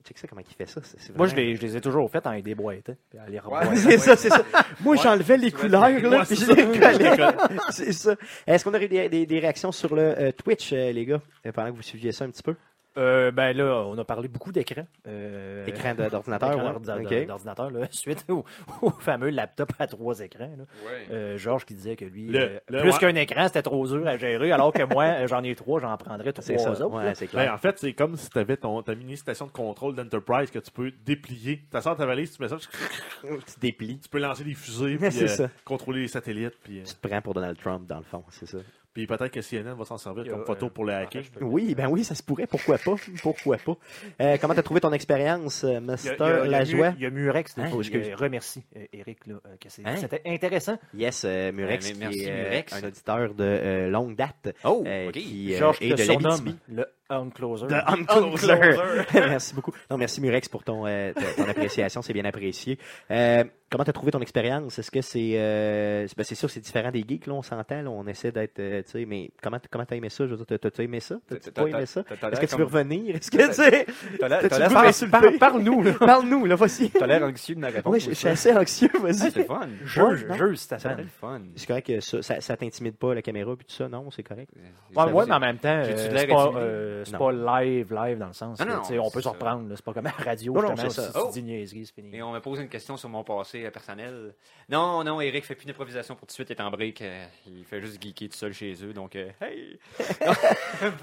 Speaker 1: Check ça, comment il fait ça. c'est- c'est
Speaker 3: Moi, je
Speaker 1: vraiment-
Speaker 3: les, je les ai toujours faites en les déboîtant. Puis à les
Speaker 2: Ouais,
Speaker 3: revoir.
Speaker 1: c'est ça, c'est ça. Moi,
Speaker 2: Ouais,
Speaker 1: j'enlevais les
Speaker 2: tu vois,
Speaker 1: couleurs,
Speaker 2: c'est-
Speaker 1: là,
Speaker 4: ouais,
Speaker 1: puis
Speaker 4: c'est
Speaker 1: je les
Speaker 4: ça. Je les
Speaker 1: collais. c'est ça. Est-ce qu'on aurait eu des, des- des réactions sur le euh, Twitch, euh, les gars, euh, pendant que vous suiviez ça un petit peu?
Speaker 3: Euh, ben là, on a parlé beaucoup d'écran. Euh,
Speaker 1: Écran de- d'ordinateur,
Speaker 3: d'écran
Speaker 1: ouais.
Speaker 3: d'ordi-
Speaker 1: Ok.
Speaker 3: d'ordinateur, là, suite au, au fameux laptop à trois écrans. là.
Speaker 2: Ouais.
Speaker 3: Euh, Georges qui disait que lui,
Speaker 4: Le-
Speaker 3: euh,
Speaker 4: le-
Speaker 3: plus
Speaker 4: ouais.
Speaker 3: qu'un écran, c'était trop dur à gérer, alors que moi, euh, j'en ai trois, j'en prendrais trois
Speaker 1: C'est ça.
Speaker 3: autres.
Speaker 1: Ouais,
Speaker 3: là.
Speaker 1: c'est
Speaker 4: Ben,
Speaker 1: clair.
Speaker 4: en fait, c'est comme si tu avais ton, ta mini station de contrôle d'Enterprise que tu peux déplier. Tu sors ta valise, tu mets ça,
Speaker 1: Tu déplis.
Speaker 4: tu peux lancer des fusées,
Speaker 1: Mais
Speaker 4: puis
Speaker 1: c'est
Speaker 4: euh,
Speaker 1: ça.
Speaker 4: contrôler les satellites. Puis, euh,
Speaker 1: Tu te prends pour Donald Trump, dans le fond, c'est ça.
Speaker 4: puis peut-être que CNN va s'en servir
Speaker 3: Il y a,
Speaker 4: comme photo
Speaker 3: euh,
Speaker 4: pour le
Speaker 3: en
Speaker 4: hacker.
Speaker 3: fait, je peux-
Speaker 1: Oui, ben oui, ça se pourrait. Pourquoi pas? Pourquoi pas? Euh, comment t'as trouvé ton expérience, euh,
Speaker 3: Il y a- il y a-
Speaker 1: Mister
Speaker 3: il y a
Speaker 1: Lajoie?
Speaker 3: Mu- Il y a Murex, là,
Speaker 1: Hein?
Speaker 3: qui,
Speaker 1: Excuse.
Speaker 3: euh, remercie euh, Eric. là, euh, que c'est-
Speaker 1: Hein?
Speaker 3: C'était intéressant.
Speaker 1: Yes, euh, Murex,
Speaker 2: Ben, mais
Speaker 1: qui
Speaker 2: merci,
Speaker 1: est euh,
Speaker 2: Murex.
Speaker 1: un auditeur de euh, longue date.
Speaker 2: Oh,
Speaker 1: euh,
Speaker 2: ok.
Speaker 1: qui, euh,
Speaker 3: Georges,
Speaker 1: est
Speaker 3: te
Speaker 1: de l'Abitibi.
Speaker 3: surnomme le Home Closer.
Speaker 1: The Uncloser. merci beaucoup. Non, merci Murex pour ton, euh, ton- ton appréciation, c'est bien apprécié. Euh, comment t'as trouvé ton expérience? Est-ce que c'est... euh, c'est- ben, c'est sûr, c'est différent des geeks, là, on s'entend, là, on essaie d'être... euh, tu sais, mais comment t- comment t'as aimé ça? Je veux dire, t'as- t'as- t'as aimé ça? T'as-tu pas aimé ça? Est-ce que tu veux revenir? Est-ce que, tu sais, T'as-tu le goût de
Speaker 3: Parle-
Speaker 1: m'insulter?
Speaker 3: parle- Parle-nous. là.
Speaker 1: Parle-nous, là, voici.
Speaker 2: T'as l'air anxieux de ma réponse.
Speaker 1: Oui, je je suis assez anxieux,
Speaker 2: Ah,
Speaker 1: vas-y.
Speaker 2: c'est fun.
Speaker 1: hein? Ouais,
Speaker 3: Jeu,
Speaker 1: non.
Speaker 3: jeu, si t'as
Speaker 2: C'est
Speaker 3: ça.
Speaker 2: le fun.
Speaker 1: C'est correct que ça, ça, ça t'intimide pas la caméra puis tout ça, non, c'est correct.
Speaker 3: Ouais,
Speaker 1: Ça
Speaker 3: ouais,
Speaker 1: vous-
Speaker 3: mais en même temps,
Speaker 2: J'ai-tu
Speaker 3: euh,
Speaker 2: de l'air
Speaker 3: c'est pas,
Speaker 2: intimidé?
Speaker 3: euh, c'est
Speaker 1: Non.
Speaker 3: pas live, live dans le sens.
Speaker 2: Non,
Speaker 3: que,
Speaker 2: non,
Speaker 3: tu sais, on peut
Speaker 2: c'est
Speaker 3: se
Speaker 2: ça.
Speaker 3: reprendre. là, C'est pas comme à la radio.
Speaker 1: Non, non,
Speaker 3: justement,
Speaker 1: c'est
Speaker 3: où
Speaker 1: ça.
Speaker 3: Si tu
Speaker 2: Oh.
Speaker 3: dis niaiserie, c'est fini.
Speaker 2: Et on me pose une question sur mon passé euh, personnel. Non, non, Eric fait plus d'improvisation pour tout de suite, il est en break. euh, il fait juste geeker tout seul chez eux, donc euh, hey!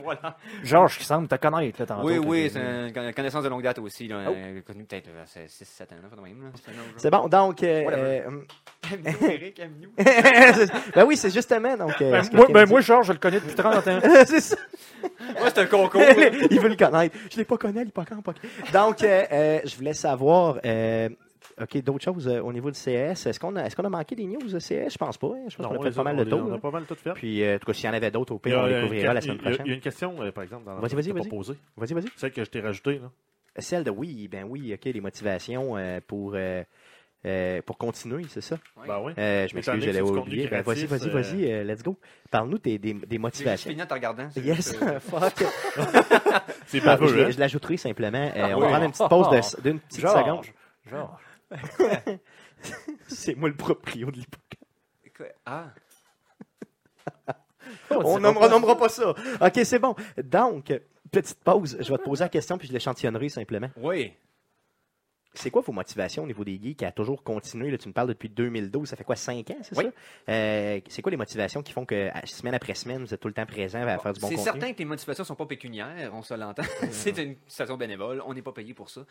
Speaker 2: voilà.
Speaker 3: Georges, qui semble te connaître. Là, tantôt,
Speaker 2: oui,
Speaker 3: t'as
Speaker 2: oui,
Speaker 3: dit-
Speaker 2: c'est une conna- connaissance de longue date aussi. Là, euh, Connu peut-être 6-7 ans, là, pas de même. là, c'est un autre
Speaker 1: C'est bon, donc. euh,
Speaker 2: Whatever.
Speaker 1: euh,
Speaker 2: genre. Aime-nous, Eric, aime-nous.
Speaker 1: ben oui, c'est justement. Donc, euh,
Speaker 3: Ben,
Speaker 1: ce que
Speaker 3: moi,
Speaker 1: Kim
Speaker 3: ben,
Speaker 1: dit.
Speaker 3: moi, Georges, je le connais depuis 30 ans.
Speaker 1: c'est ça.
Speaker 2: Moi, c'est un concours. là.
Speaker 1: il veut le connaître. Je l'ai pas connu, il est pas quand, pas quand. Donc, euh, euh, je voulais savoir. euh, OK, d'autres choses euh, au niveau du CES. Est-ce qu'on a, est qu'on a manqué des news au CES? Je pense pas. hein. Je pense
Speaker 4: Non,
Speaker 1: qu'on
Speaker 4: on
Speaker 1: a fait
Speaker 4: les
Speaker 1: pas mal de
Speaker 4: on les-
Speaker 1: tour.
Speaker 4: On a
Speaker 1: là.
Speaker 4: pas mal tout fait.
Speaker 1: Puis, euh, en tout cas, s'il y en avait d'autres, au
Speaker 4: Il y
Speaker 1: pire,
Speaker 4: a-
Speaker 1: on les
Speaker 4: il y a une
Speaker 1: couvrira la
Speaker 4: que-
Speaker 1: semaine
Speaker 4: il y a- Il y a
Speaker 1: prochaine.
Speaker 4: une question, euh, par exemple, dans la
Speaker 1: Vas-y, vas-y,
Speaker 4: t'as pas
Speaker 1: vas-y.
Speaker 4: posée.
Speaker 1: Vas-y, vas-y.
Speaker 4: Celle que je t'ai rajoutée. là.
Speaker 1: Celle de oui, ben oui, OK, les motivations euh, pour, euh, euh, pour continuer, c'est ça?
Speaker 2: Ouais.
Speaker 4: Ben oui.
Speaker 1: Euh, je
Speaker 4: Étant
Speaker 1: m'excuse,
Speaker 4: donné que
Speaker 1: j'allais
Speaker 4: c'est du contenu
Speaker 1: oublier. Ben, vas-y, vas-y,
Speaker 4: créatif, euh,
Speaker 1: vas-y, euh, let's go. Parle-nous des, des, des
Speaker 2: J'ai juste
Speaker 1: motivations.
Speaker 2: fini en te regardant. c'est
Speaker 1: Yes,
Speaker 2: juste, euh,
Speaker 1: fuck. Ah, je
Speaker 4: C'est baveux, hein?
Speaker 1: l'ai- je l'ajouterai simplement. Euh,
Speaker 3: Ah
Speaker 1: on va
Speaker 3: oui.
Speaker 1: prendre une petite pause de- d'une petite seconde.
Speaker 3: Georges, Georges.
Speaker 1: C'est moi le proprio de l'hypocrite.
Speaker 2: quoi? Ah,
Speaker 1: On nommera, nommera pas ça. OK, c'est bon. Donc, petite pause. Je vais te poser la question puis je l'échantillonnerai simplement.
Speaker 2: oui.
Speaker 1: C'est quoi vos motivations au niveau des geeks à toujours continuer? Là, tu me parles depuis 2012, ça fait quoi, 5 ans, c'est
Speaker 2: Oui.
Speaker 1: ça? Euh, c'est quoi les motivations qui font que à- semaine après semaine, vous êtes tout le temps présent à faire du bon
Speaker 2: c'est
Speaker 1: contenu?
Speaker 2: certain que les motivations sont pas pécuniaires, on se l'entend. c'est une station bénévole, on n'est pas payé pour ça.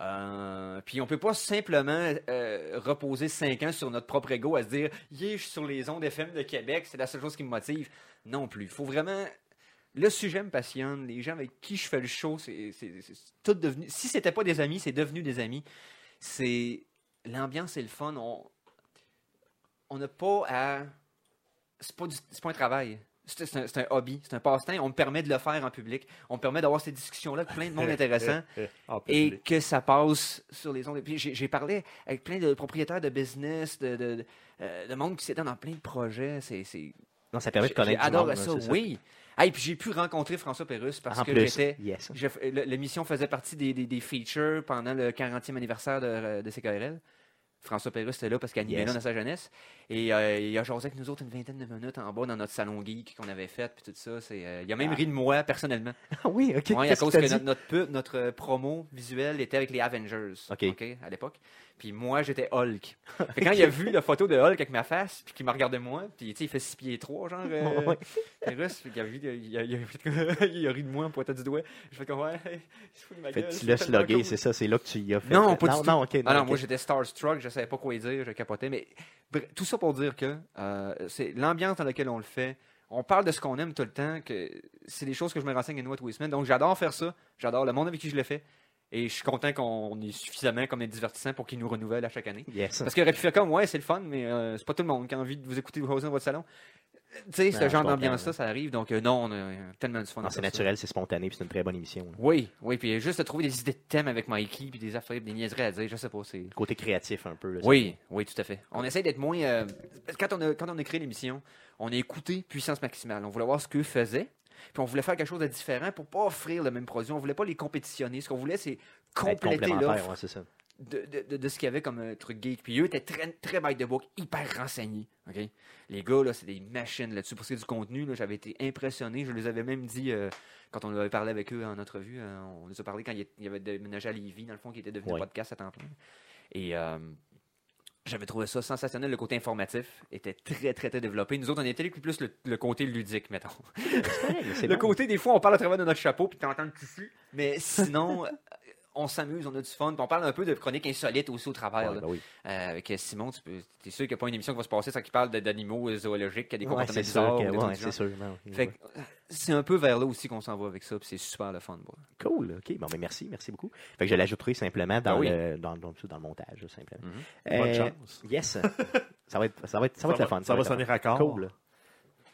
Speaker 2: Euh, puis on peut pas simplement euh, reposer cinq ans sur notre propre ego à se dire yeah, je suis sur les ondes FM de Québec, c'est la seule chose qui me motive. Non plus. Faut vraiment le sujet me passionne, les gens avec qui je fais le show, c'est c'est- c'est tout devenu si c'était pas des amis, c'est devenu des amis. C'est l'ambiance et le fun, on on n'a pas à c'est pas, du- c'est pas un travail. C'est c'est un, c'est un hobby, c'est un passe-temps. On me permet de le faire en public. On me permet d'avoir ces discussions-là avec plein de monde intéressant
Speaker 4: Eh, En
Speaker 2: et
Speaker 4: public.
Speaker 2: que ça passe sur les ondes. Et Puis j'ai j'ai parlé avec plein de propriétaires de business, de, de, de, euh, de monde qui s'étend dans plein de projets. C'est c'est-
Speaker 1: Non, ça permet de
Speaker 2: j'ai-
Speaker 1: connaître
Speaker 2: j'ai
Speaker 1: du
Speaker 2: adoré
Speaker 1: monde,
Speaker 2: ça,
Speaker 1: là, c'est
Speaker 2: oui. Ah, et puis j'ai pu rencontrer François Pérusse parce
Speaker 1: en
Speaker 2: que
Speaker 1: plus,
Speaker 2: j'étais.
Speaker 1: yes.
Speaker 2: je f- le- L'émission faisait partie des, des, des features pendant le 40e anniversaire de, de CKRL. François Pérusse était là parce qu'il animait
Speaker 1: Yes.
Speaker 2: là dans sa jeunesse. Et euh, il a jasé avec nous autres une vingtaine de minutes en bas dans notre salon geek qu'on avait fait. Puis tout ça. C'est, euh, il a même
Speaker 1: Ah.
Speaker 2: ri de moi personnellement.
Speaker 1: Ah oui, OK.
Speaker 2: Ouais, à
Speaker 1: qu'est-ce
Speaker 2: cause
Speaker 1: que
Speaker 2: que,
Speaker 1: t'as dit?
Speaker 2: notre, notre, pub- notre, euh, promo visuelle était avec les Avengers
Speaker 1: Ok.
Speaker 2: ok, à l'époque. Puis moi, j'étais Hulk. Fait que quand il a vu la photo de Hulk avec ma face, puis qu'il me regardait moi, puis tu sais, il fait 6 pieds 3, genre, euh,
Speaker 1: Ouais.
Speaker 2: les Russes, puis il a vu, il a, il a fait comme- il a ri de moi en pointant du doigt. Je fais comme, ouais, il se fout de ma
Speaker 1: Fait
Speaker 2: gueule.
Speaker 1: que tu
Speaker 2: c'est
Speaker 1: l'as
Speaker 2: tellement
Speaker 1: slogué,
Speaker 2: cool.
Speaker 1: c'est ça, c'est là que tu y as fait.
Speaker 2: Non, pas
Speaker 1: non,
Speaker 2: du tout.
Speaker 1: non, ok, non,
Speaker 2: Ah non,
Speaker 1: ok.
Speaker 2: moi j'étais starstruck, je savais pas quoi dire, je capotais. Mais br- tout ça pour dire que euh, c'est l'ambiance dans laquelle on le fait. On parle de ce qu'on aime tout le temps, que c'est des choses que je me renseigne à nous à tous les semaines. Donc j'adore faire ça, j'adore le monde avec qui je le fais. Et je suis content qu'on est suffisamment comme des divertissants pour qu'ils nous renouvellent à chaque année.
Speaker 1: Yes.
Speaker 2: Parce qu'il aurait pu faire comme, ouais, c'est le fun, mais euh, c'est pas tout le monde qui a envie de vous écouter vous dans votre salon. Tu sais,
Speaker 1: Non,
Speaker 2: ce
Speaker 1: Ben, je
Speaker 2: genre
Speaker 1: comprends,
Speaker 2: d'ambiance-là, ça arrive. Donc euh, non, on a euh, tellement du fun.
Speaker 1: Non,
Speaker 2: à
Speaker 1: c'est
Speaker 2: faire ça.
Speaker 1: naturel, c'est spontané, puis c'est une très bonne émission. là.
Speaker 2: Oui, oui, puis juste de trouver des idées de thèmes avec Mikey, puis des affaires, puis des niaiseries à dire, je sais pas, c'est...
Speaker 1: Côté créatif un peu. là,
Speaker 2: Oui, oui, tout à fait. On essaie d'être moins. euh, quand, on a, quand on a créé l'émission, on a écouté Puissance Maximale. On voulait voir ce qu'eux faisaient. Puis on voulait faire quelque chose de différent pour pas offrir le même produit. On voulait pas les compétitionner. Ce qu'on voulait, c'est
Speaker 1: Être
Speaker 2: compléter l'offre
Speaker 1: complémentaire, ouais, c'est ça.
Speaker 2: de, de- de- de ce qu'il y avait comme euh, truc geek. Puis eux étaient très, très by the book, hyper renseignés. ok? Les gars, là, c'est des machines là-dessus. Pour ce qui est du contenu, là, j'avais été impressionné. Je les avais même dit, euh, quand on avait parlé avec eux en entrevue, euh, on les a parlé quand ils il avaient déménagé à Lévis, dans le fond, qui était devenu
Speaker 1: Ouais.
Speaker 2: un podcast à temps plein. Et euh, j'avais trouvé ça sensationnel. Le côté informatif était très, très, très développé. Nous autres, on était allés plus le, le côté ludique, mettons.
Speaker 1: C'est
Speaker 2: Le
Speaker 1: bon.
Speaker 2: côté, des fois, on parle à travers de notre chapeau, puis t'entends le tissu. Mais sinon, euh, on s'amuse, on a du fun, puis on parle un peu de chroniques insolites aussi au travers.
Speaker 4: Ouais,
Speaker 2: là.
Speaker 4: ben oui.
Speaker 2: Euh, avec Simon, tu peux, t'es sûr qu'il n'y a pas une émission qui va se passer sans qu'il parle de- d'animaux euh, zoologiques, qu'il y a des
Speaker 1: Ouais,
Speaker 2: comportements
Speaker 1: c'est sûr
Speaker 2: bizarres.
Speaker 1: que-
Speaker 2: ou des trucs
Speaker 1: ouais,
Speaker 2: du genre.
Speaker 1: c'est sûr. non, oui,
Speaker 2: Fait
Speaker 1: oui.
Speaker 2: que, euh, c'est un peu vers là aussi qu'on s'en va avec ça, puis c'est super le fun. bon.
Speaker 1: Cool, ok. Bon, ben merci, merci beaucoup. Fait que je l'ajouterai simplement dans,
Speaker 2: Ah oui.
Speaker 1: le, dans, dans, dans le montage, simplement.
Speaker 2: Mhm.
Speaker 4: Mm-hmm. Bonne
Speaker 1: Euh,
Speaker 4: chance.
Speaker 1: Yes. ça va être, ça va être, ça va être le fun.
Speaker 4: Ça va
Speaker 1: être le
Speaker 4: sonner
Speaker 1: fun.
Speaker 4: raccord.
Speaker 1: Cool.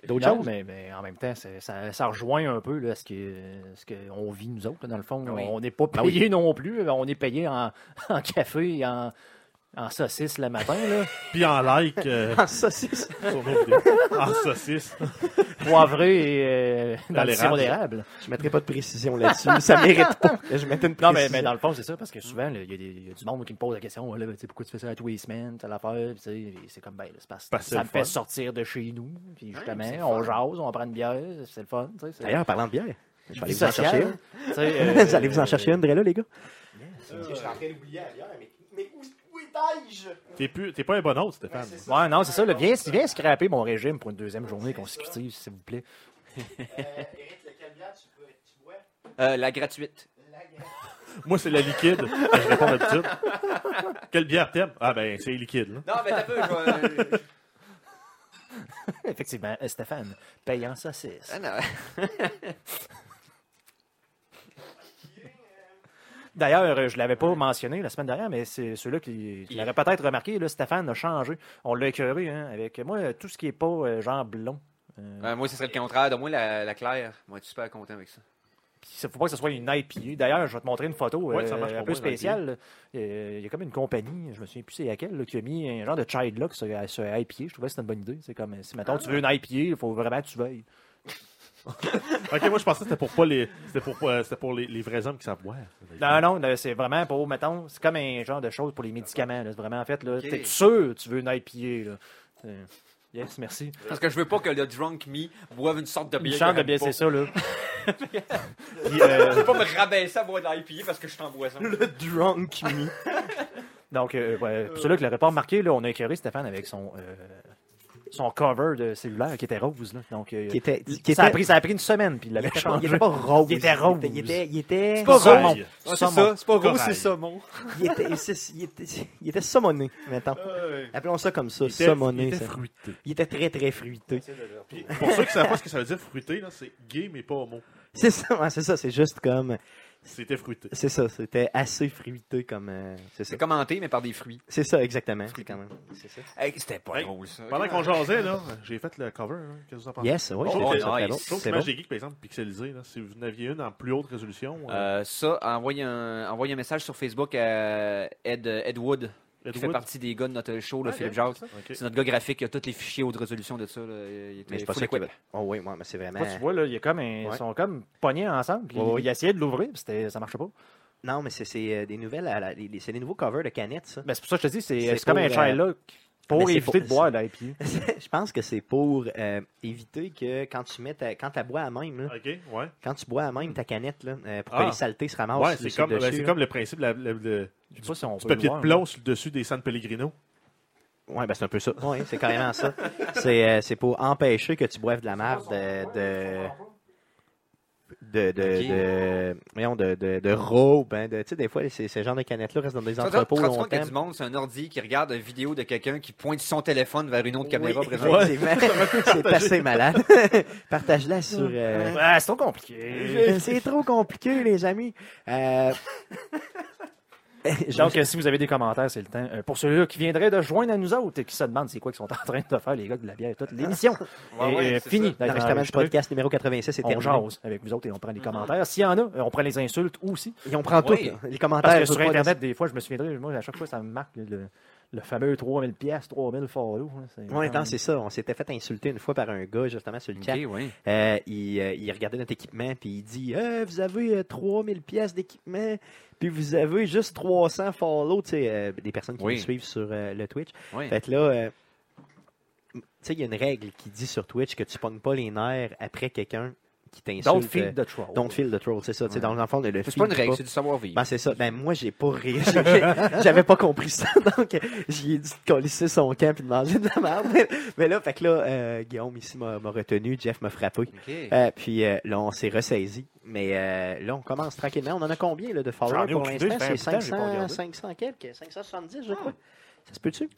Speaker 1: D'autres
Speaker 3: Non,
Speaker 1: choses?
Speaker 3: mais, mais en même temps, c'est- ça, ça rejoint un peu là, ce qu'on ce que on vit nous autres. là, dans le fond,
Speaker 2: Oui.
Speaker 3: on n'est pas
Speaker 1: Ben oui.
Speaker 3: payé non plus. On est payé en, en café et en, en saucisse le matin. Là.
Speaker 4: Puis en like euh,
Speaker 1: En saucisse.
Speaker 4: sur nos vidéos. En saucisse.
Speaker 3: Poivré et euh,
Speaker 4: Dans
Speaker 3: dans le
Speaker 4: l'érable.
Speaker 3: sirop d'érable.
Speaker 1: Je mettrai pas de précision là-dessus. ça mérite pas. Je mettais une
Speaker 3: Non, mais, mais
Speaker 1: précision.
Speaker 3: dans le fond, c'est ça, parce que souvent, là, il y, a des- il y a du monde qui me pose la question Ouais, là, tu sais, pourquoi tu fais ça à tous les semaines, telle affaire, Puis, tu sais, et c'est comme, ben, là, c'est parce que
Speaker 4: Parce que c'est
Speaker 3: ça
Speaker 4: le
Speaker 3: me
Speaker 4: fun.
Speaker 3: fait sortir de chez nous, puis justement,
Speaker 2: c'est le fun.
Speaker 3: on jase, on prend une bière, c'est le fun, tu sais. c'est-
Speaker 1: D'ailleurs, parlant de bière, je vais aller
Speaker 3: Vie
Speaker 1: vous en
Speaker 3: sociale,
Speaker 1: chercher une.
Speaker 3: tu sais, euh,
Speaker 1: Vous allez vous en chercher une, Drella, les gars? Je suis en train d'oublier la bière, mais, où, étais-je?
Speaker 4: T'es plus- t'es pas un bon hôte, Stéphane.
Speaker 3: Ouais, non, c'est ça. Là, viens, viens scraper mon régime pour une deuxième journée consécutive, s'il vous plaît.
Speaker 1: Eric, lequel bière tu bois?
Speaker 2: Euh, la gratuite.
Speaker 4: Moi, c'est la liquide. Je réponds d'habitude. Quelle bière t'aimes? Ah, ben, c'est liquide. Là.
Speaker 2: Non, mais t'as peu, je vais-
Speaker 3: Effectivement, euh, Stéphane, payant saucisse.
Speaker 2: Ah, non.
Speaker 3: D'ailleurs, euh, je l'avais pas mentionné la semaine dernière, mais c'est ceux-là qui, qui l'auraient peut-être remarqué. Là, Stéphane a changé. On l'a écœuré hein, avec, moi, euh, tout ce qui est pas euh, genre blond. Euh,
Speaker 2: Ouais, moi, ce serait le contraire. De moi, la, la Claire, moi, je suis super content avec ça.
Speaker 3: Puis ça faut pas que ce soit une IPA. D'ailleurs, je vais te montrer une photo
Speaker 4: Ouais,
Speaker 3: euh,
Speaker 4: ça marche
Speaker 3: un
Speaker 4: pour
Speaker 3: peu
Speaker 4: moi, une
Speaker 3: spéciale. là. Euh, Il y a comme une compagnie, je me souviens plus c'est laquelle, là, qui a mis un genre de child lock sur, euh, sur IPA. Je trouvais que c'était une bonne idée. C'est comme, euh, si maintenant tu veux une IPA, il faut vraiment que tu veilles.
Speaker 4: Ok, moi, je pensais que c'était pour, pas les, c'était pour, euh, c'était pour les, les vrais hommes qui savent boire.
Speaker 3: Non, non, là, c'est vraiment pour, mettons, c'est comme un genre de chose pour les médicaments. là. C'est vraiment, en fait, là,
Speaker 2: Ok.
Speaker 3: t'es sûr que tu veux une IPA, là. Euh, Yes, merci.
Speaker 2: Parce que je veux pas que le drunk me boive une sorte de
Speaker 3: Une
Speaker 2: bière.
Speaker 3: chance de
Speaker 2: que
Speaker 3: bien,
Speaker 2: j'aime
Speaker 3: c'est ça, là. Puis,
Speaker 2: pas.
Speaker 3: euh,
Speaker 2: Je veux pas me rabaisser à boire de l'IPA parce que je suis en boisson.
Speaker 1: Le drunk me.
Speaker 3: donc, euh, ouais, pour ceux-là qui l'auraient pas remarqué, là, on a éclairé Stéphane avec son, euh, son cover de cellulaire qui était rose, là. Donc, euh,
Speaker 1: Qui était... Qui
Speaker 3: ça, a
Speaker 1: était-
Speaker 3: pris, ça a pris une semaine, puis il
Speaker 1: Il
Speaker 3: l'avait
Speaker 1: était, pas, il
Speaker 3: changé.
Speaker 1: était pas rose.
Speaker 3: Il était rose.
Speaker 1: Il était... Il était,
Speaker 3: pas
Speaker 1: il était-
Speaker 3: rose.
Speaker 2: Ah, c'est
Speaker 3: Saumon.
Speaker 2: ça, c'est pas gros,
Speaker 4: Corail.
Speaker 2: c'est saumon.
Speaker 1: il était, c'est- il était, il était saumonné, mettons. Appelons ça comme ça,
Speaker 4: Il était,
Speaker 1: saumonné.
Speaker 4: il
Speaker 1: ça.
Speaker 4: était fruité.
Speaker 1: il était très, très fruité.
Speaker 4: Puis, pour ceux qui savent pas ce que ça veut dire fruité, là, c'est gay mais pas homo.
Speaker 1: C'est ça, ouais, c'est ça, c'est juste comme...
Speaker 4: C'était fruité.
Speaker 1: C'est ça, c'était assez fruité comme... euh, c'est ça.
Speaker 2: C'est commenté, mais par des fruits.
Speaker 1: C'est ça, exactement. C'est quand même. C'est ça.
Speaker 2: Hey, C'était pas
Speaker 4: Hey,
Speaker 2: drôle, ça.
Speaker 4: Pendant qu'on jasait, là, j'ai fait le cover. hein. Qu'est-ce que vous en pensez?
Speaker 1: Yes, oui,
Speaker 4: Oh,
Speaker 1: j'ai
Speaker 4: oh,
Speaker 1: trouvé ça très
Speaker 2: nice.
Speaker 1: bon.
Speaker 4: Je trouve que
Speaker 1: C'est bon.
Speaker 4: l'image des geeks, par exemple, pixelisée, là, si vous n'aviez une en plus haute résolution, euh,
Speaker 2: Euh, ça, envoyez un, envoyez un message sur Facebook à Ed, Ed Wood, Euh, qui
Speaker 4: Ed
Speaker 2: fait
Speaker 4: Wood.
Speaker 2: partie des gars de notre show, là,
Speaker 4: Ah,
Speaker 2: Philippe
Speaker 4: ok,
Speaker 2: Jacques.
Speaker 4: c'est ça. Ok.
Speaker 2: C'est notre gars graphique, il a tous les fichiers haute résolution de ça. là. Il était
Speaker 1: Mais je suis pas
Speaker 2: full
Speaker 1: sûr qu'il va-
Speaker 2: equip.
Speaker 1: Oh oui, ouais, mais c'est vraiment.
Speaker 3: Là, tu vois, là, il y a comme un-
Speaker 1: Ouais.
Speaker 3: ils sont comme pognés ensemble, puis
Speaker 1: Ouais, ouais.
Speaker 3: il essayait de l'ouvrir, puis c'était- ça marchait pas.
Speaker 1: Non, mais c'est- c'est euh, des nouvelles. à la- les- les- C'est des nouveaux covers de canettes, ça.
Speaker 3: Ben, c'est pour ça que je te dis, c'est
Speaker 1: C'est
Speaker 3: c'est comme un
Speaker 1: pour, euh,
Speaker 3: chai lock
Speaker 1: mais
Speaker 3: pour
Speaker 1: c'est
Speaker 3: éviter
Speaker 1: pour-
Speaker 3: de boire la IPA.
Speaker 1: je pense que c'est pour euh, éviter que quand tu mets ta, quand tu bois à même, là,
Speaker 4: Ok, ouais.
Speaker 1: quand tu bois à même ta canette, là, euh, pour que
Speaker 4: Ah.
Speaker 1: les saletés se ramassent.
Speaker 4: Ouais,
Speaker 1: sur le
Speaker 4: c'est comme,
Speaker 1: dessus,
Speaker 4: ben, c'est
Speaker 1: là.
Speaker 4: comme le principe de la- la- le-
Speaker 3: Je sais pas si on
Speaker 4: du
Speaker 3: peut
Speaker 4: papier
Speaker 3: le
Speaker 4: de
Speaker 3: voir,
Speaker 4: plomb sur le dessus des San Pellegrino.
Speaker 1: Ouais, ben c'est un peu ça. Ouais, c'est carrément ça. C'est euh, c'est pour empêcher que tu boives de la merde de. de de de
Speaker 2: Ok.
Speaker 1: de voyons, de de, de robe hein, de- tu sais des fois ces, ces genres de canettes là restent dans des
Speaker 2: Tu te rends- tu
Speaker 1: entrepôts
Speaker 2: te rends compte qu'il y
Speaker 1: longtemps
Speaker 2: a du monde, c'est un ordi qui regarde une vidéo de quelqu'un qui pointe son téléphone vers une autre caméra.
Speaker 1: Oui,
Speaker 2: présente.
Speaker 1: effectivement. c'est assez malade partage-la sur euh,
Speaker 3: hein. Ah, c'est trop compliqué.
Speaker 1: Euh, C'est trop compliqué, les amis. Euh,
Speaker 3: Donc, euh, si vous avez des commentaires, c'est le temps. Euh, pour ceux-là qui viendraient de joindre à nous autres et qui se demandent c'est quoi qu'ils sont en train de faire, les gars de la bière, toute l'émission.
Speaker 2: Ouais,
Speaker 3: Et,
Speaker 2: ouais,
Speaker 3: euh,
Speaker 2: c'est
Speaker 3: fini.
Speaker 2: ça.
Speaker 3: d'être
Speaker 1: L'enregistrement du
Speaker 3: enregistré.
Speaker 1: podcast numéro 86 est
Speaker 3: On
Speaker 1: terminé.
Speaker 3: jase avec vous autres et on prend les commentaires. S'il y en a, euh, on prend les insultes aussi.
Speaker 1: Et on prend
Speaker 2: Oui.
Speaker 1: tout, là. les
Speaker 3: Parce
Speaker 1: commentaires.
Speaker 3: que sur
Speaker 1: je veux pas
Speaker 3: Internet, des fois, je me souviendrai, moi, à chaque fois, ça me marque le, le fameux 3000 pièces, 3000 follow. là, c'est
Speaker 1: Ouais,
Speaker 3: vraiment-
Speaker 1: non, c'est ça. On s'était fait insulter une fois par un gars, justement, sur le chat.
Speaker 2: Ok, ouais.
Speaker 1: Euh, il, euh, il regardait notre équipement, puis il dit Euh, Vous avez euh, 3000 pièces d'équipement, puis vous avez juste 300 follow. Tu sais, euh, des personnes qui
Speaker 2: Oui.
Speaker 1: nous suivent sur euh, le Twitch.
Speaker 2: ouais.
Speaker 1: Fait que là, euh, tu sais, il y a une règle qui dit sur Twitch que tu pognes pas les nerfs après quelqu'un qui t'insulte.
Speaker 3: Don't feed the troll.
Speaker 1: euh, don't feel the troll, c'est ça. Tu sais,
Speaker 2: Ouais.
Speaker 1: Dans le fond, le- le
Speaker 2: C'est
Speaker 1: feed
Speaker 2: pas une règle,
Speaker 1: pas.
Speaker 2: c'est du savoir-vivre.
Speaker 1: Ben, c'est ça. Ben, moi, j'ai pas ri. J'ai- J'avais pas compris ça. Donc, j'ai dit de colisser son camp et de manger de la merde. Mais, mais là, fait que là, euh, Guillaume ici m'a m'a retenu. Jeff m'a frappé.
Speaker 2: Ok.
Speaker 1: Euh, puis euh, là, on s'est ressaisi. Mais euh, là, on commence tranquillement. On en a combien là, de
Speaker 3: J'en
Speaker 1: followers
Speaker 3: ai
Speaker 1: pour
Speaker 3: aucune idée,
Speaker 1: l'instant?
Speaker 3: ça fait
Speaker 1: C'est
Speaker 3: un bout de temps, j'ai pas
Speaker 1: 500,
Speaker 3: regardé. Ah.
Speaker 1: 500 quelques, 570, je crois. Ça se peut-tu?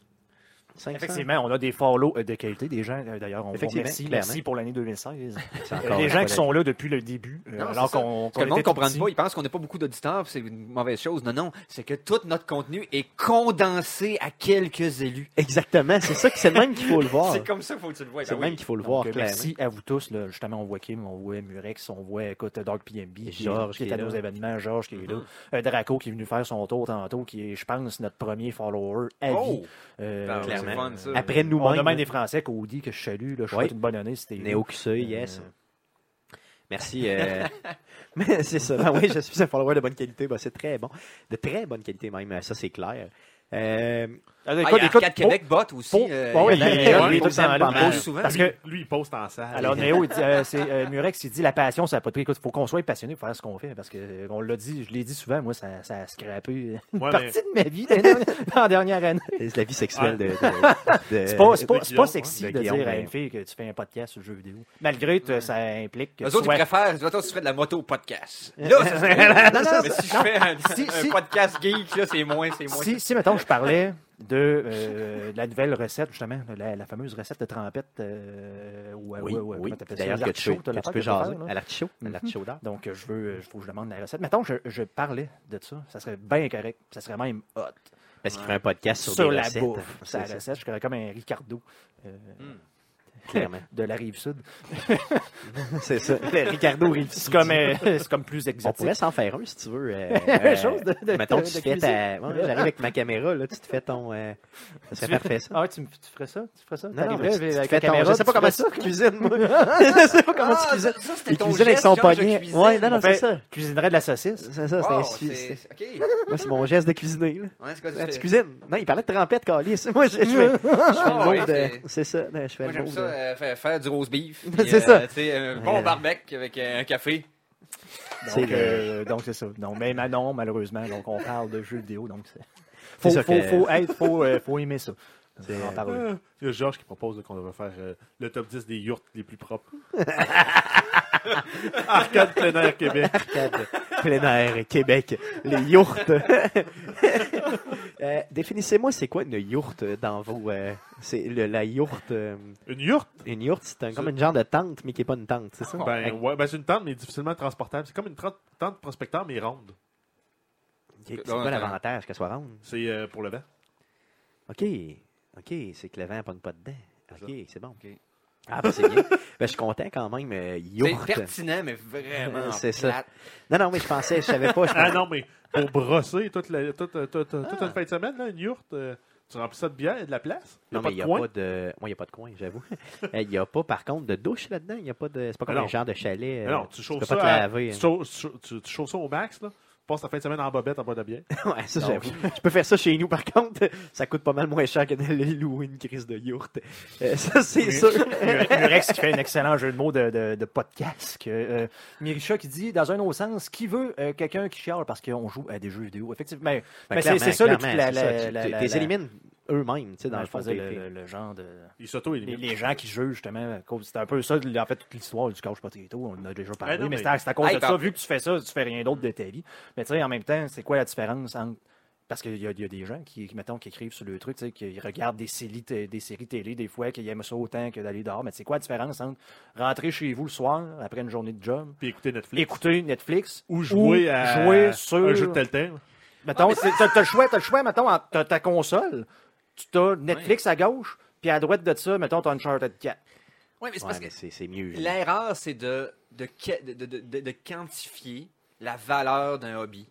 Speaker 1: 500?
Speaker 3: Effectivement, on a des follow euh, de qualité, des gens, euh, d'ailleurs, on vous
Speaker 1: Effectivement,
Speaker 3: remercie,
Speaker 1: clairement.
Speaker 3: merci pour l'année 2016.
Speaker 1: C'est
Speaker 3: Euh,
Speaker 1: encore
Speaker 3: les
Speaker 1: une
Speaker 3: gens
Speaker 1: fois
Speaker 3: qui
Speaker 1: la-
Speaker 3: sont là depuis le début, euh,
Speaker 2: Non,
Speaker 3: alors
Speaker 2: c'est ça.
Speaker 3: qu'on
Speaker 2: Parce que le monde ne comprend pas,
Speaker 3: pas.
Speaker 2: ils pensent qu'on n'a pas beaucoup d'auditeurs, puis c'est une mauvaise chose. Non, non, c'est que tout notre contenu est condensé à quelques élus.
Speaker 1: Exactement, c'est ça que c'est le même qu'il faut le voir.
Speaker 2: C'est comme ça qu'il faut que tu le vois.
Speaker 1: Ah.
Speaker 2: Ben
Speaker 1: C'est le même qu'il faut le voir,
Speaker 3: Donc, euh,
Speaker 1: clairement.
Speaker 3: merci à vous tous. là. Justement, on voit Kim, on voit Murex, on voit écoute, Dark PMB, qui-
Speaker 1: Georges
Speaker 3: qui,
Speaker 1: qui
Speaker 3: est à
Speaker 1: est là. Mm-hmm.
Speaker 3: nos événements, Georges qui est là, Euh, Draco qui est venu faire son tour tantôt, qui est, je pense, notre premier follower à vie.
Speaker 2: Oh!
Speaker 3: Euh,
Speaker 2: Ben,
Speaker 1: clairement.
Speaker 2: c'est fun, ça.
Speaker 1: Après
Speaker 3: on a
Speaker 1: nous-mêmes,
Speaker 3: même des Français, Cody, que je salue. Là, je
Speaker 1: Oui.
Speaker 3: souhaite une bonne année. C'était
Speaker 1: Néo QC, yes.
Speaker 3: Euh,
Speaker 1: Merci. euh, Mais c'est ça. Ben oui, je suis un follower de bonne qualité. Ben, c'est très bon. De très bonne qualité même, ça c'est clair. Euh,
Speaker 3: Ah,
Speaker 2: Ah,
Speaker 3: écoute,
Speaker 2: il y a
Speaker 3: écoute,
Speaker 2: Arcade
Speaker 3: oh,
Speaker 2: Québec bot aussi.
Speaker 3: oh,
Speaker 2: euh,
Speaker 3: oh,
Speaker 2: il
Speaker 3: oui,
Speaker 2: y en a-
Speaker 3: il
Speaker 1: il
Speaker 3: est-
Speaker 1: en
Speaker 3: il est
Speaker 1: pose
Speaker 3: tout le temps là,
Speaker 1: pas
Speaker 3: il
Speaker 1: mal.
Speaker 3: pose souvent.
Speaker 2: Parce
Speaker 3: Parce que
Speaker 4: Lui, il poste en salle.
Speaker 3: Alors, Néo, il dit, euh, c'est euh, Murex, il dit la passion, ça n'a pas de prix. Écoute, il faut qu'on soit passionné pour faire ce qu'on fait. Parce que, euh, on l'a dit, je l'ai dit souvent, moi, ça, ça a scrappé euh, une
Speaker 4: Ouais,
Speaker 3: partie de ma vie dans la dernière année.
Speaker 1: c'est la vie sexuelle de. de- de-
Speaker 3: C'est pas, c'est pas, c'est pas
Speaker 4: Guillaume,
Speaker 3: sexy
Speaker 1: ouais.
Speaker 3: de
Speaker 1: Euh, De
Speaker 3: dire
Speaker 1: Guillaume,
Speaker 3: à
Speaker 1: ouais.
Speaker 3: une fille que tu fais un podcast sur le jeu vidéo. Malgré que ça implique que.
Speaker 2: Eux
Speaker 3: tu
Speaker 2: autres,
Speaker 3: sois-
Speaker 2: ils préfèrent, mettons, si tu ferais de la moto au podcast. Là, ça serait-
Speaker 3: Non, non,
Speaker 2: mais si je fais un,
Speaker 3: Si-
Speaker 2: un
Speaker 3: si-
Speaker 2: podcast geek, là, c'est moins, c'est moins.
Speaker 3: Si, si, mettons, je parlais de, euh, de la nouvelle recette, justement, la, la fameuse recette de trempette. euh, ouais,
Speaker 1: Oui,
Speaker 3: ouais, ouais,
Speaker 1: oui.
Speaker 3: comment t'appelles ça,
Speaker 1: D'ailleurs,
Speaker 3: les
Speaker 1: que tu,
Speaker 3: artichauts, t'as
Speaker 1: que tu
Speaker 3: l'affaire
Speaker 1: peux
Speaker 3: que t'as
Speaker 1: jaser
Speaker 3: faire, là?
Speaker 1: à l'artichaut, à
Speaker 3: Mhm.
Speaker 1: l'artichaut d'art.
Speaker 3: Donc, euh, je veux, je, faut que je demande la recette. Mettons, je, je parlais de ça. Ça serait bien correct. Ça serait même hot.
Speaker 1: Parce qu'il ferait un podcast sur,
Speaker 3: Sur,
Speaker 1: des
Speaker 3: la
Speaker 1: recettes.
Speaker 3: bouffe.
Speaker 1: hein. C'est
Speaker 3: Sur la
Speaker 1: ça,
Speaker 3: recette, je serais comme un Ricardo euh,
Speaker 1: clairement.
Speaker 3: de la rive sud.
Speaker 1: c'est ça. Ricardo Rive.
Speaker 3: C'est comme, euh, c'est comme plus
Speaker 1: On
Speaker 3: exotique.
Speaker 1: pourrait s'en faire un si tu veux. euh, euh,
Speaker 3: Chose de- de-
Speaker 1: mettons,
Speaker 3: de
Speaker 1: tu te fais ta- ouais, ouais, J'arrive avec ma caméra, là, tu te fais ton. euh, ça serait parfait ça.
Speaker 3: Ah ouais, tu, me- tu ferais ça? Tu ferais ça?
Speaker 1: Non, non,
Speaker 3: T'arriverais
Speaker 1: mais tu- tu
Speaker 3: avec
Speaker 1: fais
Speaker 3: la
Speaker 1: ton-
Speaker 3: caméra,
Speaker 1: je sais pas
Speaker 3: tu
Speaker 1: comment
Speaker 3: ferais ça?
Speaker 1: tu cuisines, moi. je sais pas comment tu
Speaker 2: Ah,
Speaker 1: cuisines.
Speaker 2: ça, ça, c'était
Speaker 1: Il
Speaker 2: ton
Speaker 1: cuisine avec
Speaker 2: geste,
Speaker 1: son
Speaker 2: genre, je
Speaker 1: poignet.
Speaker 2: cuisine.
Speaker 1: Ouais, non, non,
Speaker 3: On fait-
Speaker 1: c'est ça.
Speaker 3: Cuisinerais de la saucisse?
Speaker 1: C'est ça, c'est
Speaker 2: Wow,
Speaker 1: un
Speaker 2: c'est-
Speaker 1: suisse.
Speaker 2: OK. Ouais,
Speaker 1: Moi, c'est mon geste de cuisiner. là.
Speaker 2: c'est quoi,
Speaker 1: Ah,
Speaker 2: tu
Speaker 1: Tu
Speaker 2: fais-
Speaker 1: cuisines? Non, il parlait de trempette, calice. Moi, je, je fais, je fais
Speaker 2: Ah, ouais,
Speaker 1: le mot
Speaker 2: c'est-
Speaker 1: de. C'est ça, je fais
Speaker 2: Moi,
Speaker 1: le
Speaker 2: j'aime
Speaker 1: mot
Speaker 2: ça,
Speaker 1: de.
Speaker 2: euh, faire, faire du roast beef.
Speaker 1: C'est
Speaker 2: puis, euh,
Speaker 1: ça.
Speaker 2: tu sais, un bon
Speaker 1: Ouais.
Speaker 2: barbecue avec euh, un café.
Speaker 1: C'est
Speaker 3: Donc,
Speaker 1: le-
Speaker 3: euh, donc, c'est ça. Non, mais ma- non, malheureusement, donc on parle de jeux vidéo, donc c'est...
Speaker 1: C'est
Speaker 3: Faut,
Speaker 1: ça
Speaker 3: faut,
Speaker 1: que-
Speaker 3: faut être, faut, euh, faut aimer ça.
Speaker 1: C'est-
Speaker 3: On en parle.
Speaker 4: Euh, Il y a Georges qui propose là, qu'on devrait faire euh, le top 10 des yurts les plus propres. Arcade plein air Québec.
Speaker 1: Arcade, plein air, Québec, les yourtes. Euh, Définissez-moi, c'est quoi une yourte dans vos. euh, c'est le- la yourte. euh,
Speaker 4: Une yourte?
Speaker 1: une yourte, c'est un- comme une genre de tente, mais qui n'est pas une tente, c'est ça?
Speaker 4: Ben, ouais, ben, c'est une tente, mais difficilement transportable. C'est comme une tente, tente prospecteur, mais ronde.
Speaker 1: Ok, c'est quoi l'avantage qu'elle soit ronde?
Speaker 4: C'est euh, pour le vent.
Speaker 1: OK, OK, c'est que le vent ne pogne pas dedans.
Speaker 4: C'est
Speaker 1: OK, c'est bon.
Speaker 2: OK.
Speaker 1: Ah, ben, c'est bien. Ben, je suis content quand même, euh,
Speaker 2: C'est
Speaker 1: yourte.
Speaker 2: pertinent, mais vraiment.
Speaker 1: Euh, c'est ça.
Speaker 2: plate.
Speaker 1: Non, non, mais je pensais, je savais pas. je
Speaker 4: Ah
Speaker 1: pensais-
Speaker 4: non, mais pour brosser toute, la, toute, toute- toute- toute
Speaker 1: Ah.
Speaker 4: une fin de semaine, là, une yourte, euh, tu remplis ça de bière et de la place.
Speaker 1: Non, mais il n'y a
Speaker 4: de coin.
Speaker 1: pas de. Moi, il n'y a pas de coin, j'avoue. Euh, Il n'y a pas, par contre, de douche là-dedans. Il n'y a pas de. C'est pas comme
Speaker 4: Ah non.
Speaker 1: un genre de chalet.
Speaker 4: Mais
Speaker 1: euh,
Speaker 4: non, tu
Speaker 1: peux
Speaker 4: chauffes
Speaker 1: pas
Speaker 4: ça,
Speaker 1: te
Speaker 4: à-
Speaker 1: laver. hein.
Speaker 4: tu chauffes- tu chauffes- tu- tu chauffes ça au max, là. Tu passes ta fin de semaine en bobette en bas de bière.
Speaker 1: ouais, ça,
Speaker 3: Non.
Speaker 1: j'avoue. Je peux faire ça chez nous, par contre. Ça coûte pas mal moins cher que d'aller louer une crise de yourte. Euh, ça, c'est
Speaker 3: Oui.
Speaker 1: sûr.
Speaker 2: Ben,
Speaker 3: Murex qui fait un excellent jeu de mots de, de, de podcast. que, euh, Mirisha qui dit, dans un autre sens, qui veut euh, quelqu'un qui chiale parce qu'on joue à des jeux vidéo? Effectivement. Mais,
Speaker 1: Ben,
Speaker 3: mais c'est
Speaker 1: clairement,
Speaker 3: c'est ça, le-
Speaker 1: clairement,
Speaker 3: la,
Speaker 1: c'est ça.
Speaker 3: la,
Speaker 1: Tu-
Speaker 3: la-
Speaker 1: tu-
Speaker 3: la-
Speaker 1: les
Speaker 3: la-
Speaker 1: élimines eux-mêmes, tu sais, dans
Speaker 3: Ouais,
Speaker 1: le
Speaker 3: je
Speaker 1: fond.
Speaker 3: faisais
Speaker 1: t'es-
Speaker 3: le, le- le genre de.
Speaker 4: Il s'auto-élimine.
Speaker 3: Les, les gens qui jouent, justement, à cause- c'est un peu ça, en fait, toute l'histoire du couch potato, on en a déjà parlé,
Speaker 4: Ben non,
Speaker 3: mais,
Speaker 4: mais-
Speaker 3: c'est à- c'est à cause
Speaker 2: Hey,
Speaker 3: de ça,
Speaker 2: par-
Speaker 3: vu que tu fais ça, tu fais rien d'autre de ta vie. Mais tu sais, en même temps, c'est quoi la différence entre... Parce qu'il y, a- il y a des gens qui, qui, mettons, qui écrivent sur le truc, tu sais, qui regardent des séries, t- des séries télé des fois, qu'ils aiment ça autant que d'aller dehors, mais c'est quoi la différence entre rentrer chez vous le soir, après une journée de job,
Speaker 4: Puis écouter Netflix.
Speaker 3: écouter Netflix,
Speaker 4: ou jouer à
Speaker 3: jouer sur...
Speaker 4: un jeu de Ah, Telltale.
Speaker 3: Mettons, c'est- t'as t'as le choix, t'as le choix, mettons, entre ta- ta console, tu t'as Netflix à gauche, puis à droite de ça, mettons, t'as Uncharted 4.
Speaker 2: Ouais, mais c'est
Speaker 1: Ouais,
Speaker 2: parce que
Speaker 1: mais c'est c'est mieux.
Speaker 2: l'erreur, c'est de, de, que- de, de- de- de quantifier la valeur d'un hobby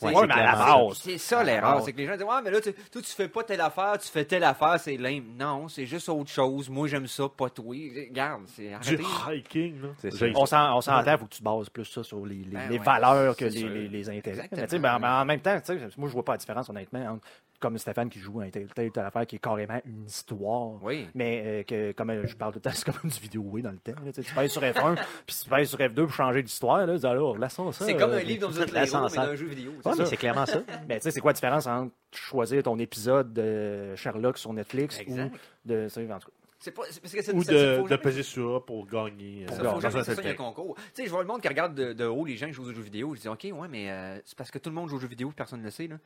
Speaker 2: Tu sais,
Speaker 3: Ouais, mais à la
Speaker 1: clairement
Speaker 3: base.
Speaker 2: C'est ça l'erreur, c'est que les gens disent Ouais, mais là, tu, toi, tu fais pas telle affaire, tu fais telle affaire, c'est lame. Non, c'est juste autre chose. Moi, j'aime ça, pas toi. Regarde, c'est
Speaker 4: Du
Speaker 2: arrêtez.
Speaker 4: hiking, là.
Speaker 1: C'est ça.
Speaker 4: J'ai-
Speaker 3: On s'en- on s'entend, il faut que tu te bases plus ça sur les, les-
Speaker 2: Ben
Speaker 3: les
Speaker 2: ouais,
Speaker 3: valeurs
Speaker 2: c'est
Speaker 3: que les,
Speaker 2: sûr.
Speaker 3: les- les intérêts.
Speaker 2: Exactement.
Speaker 3: Mais, tu sais, ben, ben, en même temps, tu sais, moi, je vois pas la différence, honnêtement, entre, comme Stéphane qui joue à un telle telle telle affaire qui est carrément une histoire.
Speaker 2: Oui.
Speaker 3: Mais euh, que, comme euh, je parle tout le temps, c'est comme du vidéo oui dans le temps. là, tu sais, tu payes sur F1, puis tu payes sur F2 pour changer d'histoire. là, tu dis, Alors, là, ça, ça,
Speaker 2: C'est comme
Speaker 3: euh,
Speaker 2: un livre dont vous
Speaker 1: toute
Speaker 2: êtes
Speaker 1: la
Speaker 2: les héros, mais
Speaker 1: sensation.
Speaker 2: d'un jeu vidéo. c'est
Speaker 1: Ouais,
Speaker 2: ça.
Speaker 1: mais c'est clairement ça.
Speaker 3: Mais tu sais, c'est quoi la différence entre choisir ton épisode de Sherlock sur Netflix
Speaker 2: Exact.
Speaker 3: ou de. tu sais, en tout cas.
Speaker 2: C'est pas. c'est- Parce que c'est
Speaker 4: Ou
Speaker 2: c'est- c'est-
Speaker 4: de,
Speaker 2: faut
Speaker 4: de
Speaker 2: jamais-
Speaker 4: peser sur A pour gagner. euh,
Speaker 2: Ça,
Speaker 3: Non,
Speaker 2: faut
Speaker 4: dans
Speaker 2: jamais
Speaker 4: un
Speaker 2: que ça
Speaker 4: tel
Speaker 2: soit un
Speaker 4: cas.
Speaker 2: concours. Tu sais, je vois le monde qui regarde de, de haut les gens qui jouent aux jeux vidéo. Je dis, OK, ouais, mais euh, c'est parce que tout le monde joue aux jeux vidéo, personne ne le sait. Là.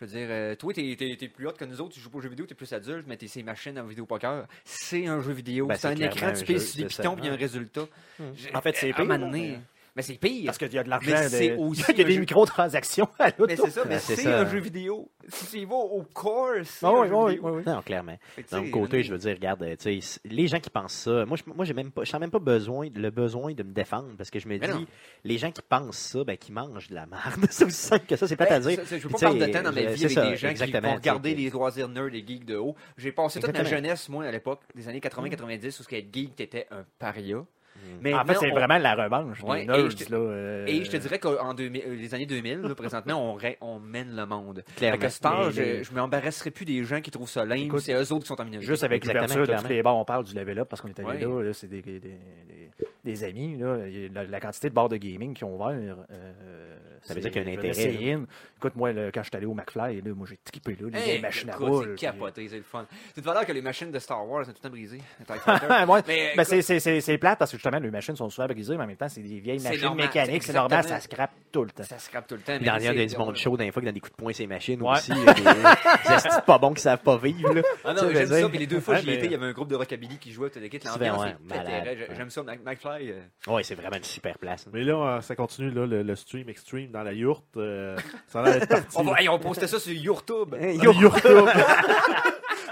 Speaker 2: Je veux dire, euh, toi, t'es es, plus haute que nous autres, tu joues pas aux jeux vidéo, t'es plus adulte, mais t'es ces machines en vidéo poker. C'est un jeu vidéo.
Speaker 1: Ben,
Speaker 2: c'est
Speaker 1: c'est
Speaker 2: un
Speaker 1: clairement
Speaker 2: écran,
Speaker 1: un
Speaker 2: tu
Speaker 1: jeu
Speaker 2: pèses sur des
Speaker 1: de
Speaker 2: pitons,
Speaker 1: serpent.
Speaker 2: puis il y a un résultat. Je-
Speaker 3: En fait, c'est
Speaker 2: à un
Speaker 3: pire,
Speaker 2: moment donné,
Speaker 3: mais-
Speaker 2: Mais c'est pire.
Speaker 3: Parce qu'il y a de l'argent.
Speaker 2: Mais c'est
Speaker 3: de-
Speaker 2: aussi
Speaker 3: Il y a
Speaker 2: un
Speaker 3: des
Speaker 2: jeu-
Speaker 3: microtransactions à l'auto.
Speaker 2: Mais c'est ça, mais
Speaker 1: Ben, c'est
Speaker 2: c'est
Speaker 1: ça.
Speaker 2: un jeu vidéo. Si tu y vas au core, c'est
Speaker 3: Ah
Speaker 2: un
Speaker 3: oui,
Speaker 2: jeu
Speaker 3: oui,
Speaker 2: vidéo.
Speaker 3: oui, oui.
Speaker 1: Non, clairement.
Speaker 2: Fait que,
Speaker 1: D'un
Speaker 2: tu sais,
Speaker 1: autre côté,
Speaker 2: non,
Speaker 1: je veux dire, regarde, euh, tu sais, c- les gens qui pensent ça, moi, je moi, j'ai même pas, je sens même pas besoin, le besoin de me défendre parce que je me
Speaker 2: Mais
Speaker 1: dis,
Speaker 2: non.
Speaker 1: les gens qui pensent ça, ben, qui mangent de la merde. c'est aussi simple que ça, c'est pas
Speaker 2: Ben,
Speaker 1: à dire.
Speaker 2: ça, c'est- Je veux
Speaker 1: Puis,
Speaker 2: pas
Speaker 1: tu
Speaker 2: perdre de
Speaker 1: sais,
Speaker 2: temps dans ma
Speaker 1: je-
Speaker 2: vie
Speaker 1: c'est
Speaker 2: avec
Speaker 1: ça,
Speaker 2: des gens qui
Speaker 1: exactement,
Speaker 2: vont regarder
Speaker 1: tu sais,
Speaker 2: les loisirs nerds et geeks de haut. J'ai passé toute ma
Speaker 1: Exactement.
Speaker 2: jeunesse, moi, à l'époque, des années 80-90, où ce qui est geek, t'étais un paria.
Speaker 1: Mm.
Speaker 2: Mais
Speaker 3: En fait,
Speaker 2: maintenant,
Speaker 3: c'est
Speaker 2: on-
Speaker 3: vraiment la revanche.
Speaker 2: Ouais,
Speaker 3: des
Speaker 2: et
Speaker 3: nerds,
Speaker 2: je te-
Speaker 3: là, euh,
Speaker 2: Et je te dirais qu'en 2000 euh, les années 2000, là, présentement, on, ré- on mène le monde.
Speaker 1: Clairement.
Speaker 2: Fait que cet âge, je,
Speaker 3: Mais-
Speaker 2: je m'embarrasserai plus des gens qui trouvent ça lame.
Speaker 3: Écoute,
Speaker 2: C'est eux autres qui sont en minorité.
Speaker 3: Juste avec
Speaker 1: Exactement,
Speaker 3: l'ouverture de tous
Speaker 1: clairement.
Speaker 3: les bars, on parle du level up parce qu'on est allé
Speaker 2: Ouais.
Speaker 3: là, là, c'est des, des, des- des amis. Là. Il y a La, la quantité de bars de gaming qui ont ouvert. euh,
Speaker 1: Ça veut dire
Speaker 3: c'est-
Speaker 1: qu'il y a un
Speaker 3: je veux dire,
Speaker 1: intérêt,
Speaker 3: c'est in. Écoute, moi, là, quand je suis allé au McFly, là, moi, j'ai trippé là, les
Speaker 2: Hey,
Speaker 3: vieilles machines à
Speaker 2: écoute,
Speaker 3: boules.
Speaker 2: c'est
Speaker 3: puis-
Speaker 2: capoté, c'est le fun. C'est de valeur que les machines de Star Wars sont tout le temps brisées.
Speaker 3: Ouais, ouais.
Speaker 2: Mais,
Speaker 3: Ben, c'est- c'est- c'est c'est plate parce que justement, les machines sont souvent brisées, mais en même temps, c'est des vieilles
Speaker 2: C'est
Speaker 3: machines
Speaker 2: normal,
Speaker 3: mécaniques.
Speaker 2: c'est
Speaker 3: C'est normal, ça
Speaker 2: exactement.
Speaker 3: scrape tout le temps.
Speaker 2: ça se rappe tout le temps.
Speaker 1: Puis dans
Speaker 2: mais
Speaker 1: il y a
Speaker 2: c'est-
Speaker 1: des monde chaud, d'un fois, que dans des coups de poing, c'est machines
Speaker 3: Ouais.
Speaker 1: aussi. là, des- euh, des estis pas bons qui savent pas vivre, là.
Speaker 2: Ah
Speaker 1: Tu
Speaker 2: non,
Speaker 1: sais,
Speaker 2: mais
Speaker 1: je
Speaker 2: j'aime
Speaker 1: veux dire.
Speaker 2: ça. Puis les deux fois que j'y
Speaker 1: Ouais,
Speaker 2: étais, il y avait un groupe de rockabilly qui jouait à toute l'équipe.
Speaker 1: C'est
Speaker 2: L'ambiance,
Speaker 1: bien,
Speaker 2: c'est
Speaker 1: ouais,
Speaker 2: pétérait.
Speaker 1: malade.
Speaker 2: J'ai- J'aime ça, Mac- McFly. euh,
Speaker 1: Ouais, c'est vraiment une super place. là.
Speaker 4: Mais là, euh, ça continue, là, le, le stream extreme dans la yourte. euh, ça a l'air d'être parti.
Speaker 2: On, va, Oh, hey, on postait ça sur
Speaker 1: Hein,
Speaker 2: YouTube.
Speaker 4: Yo- Yourte.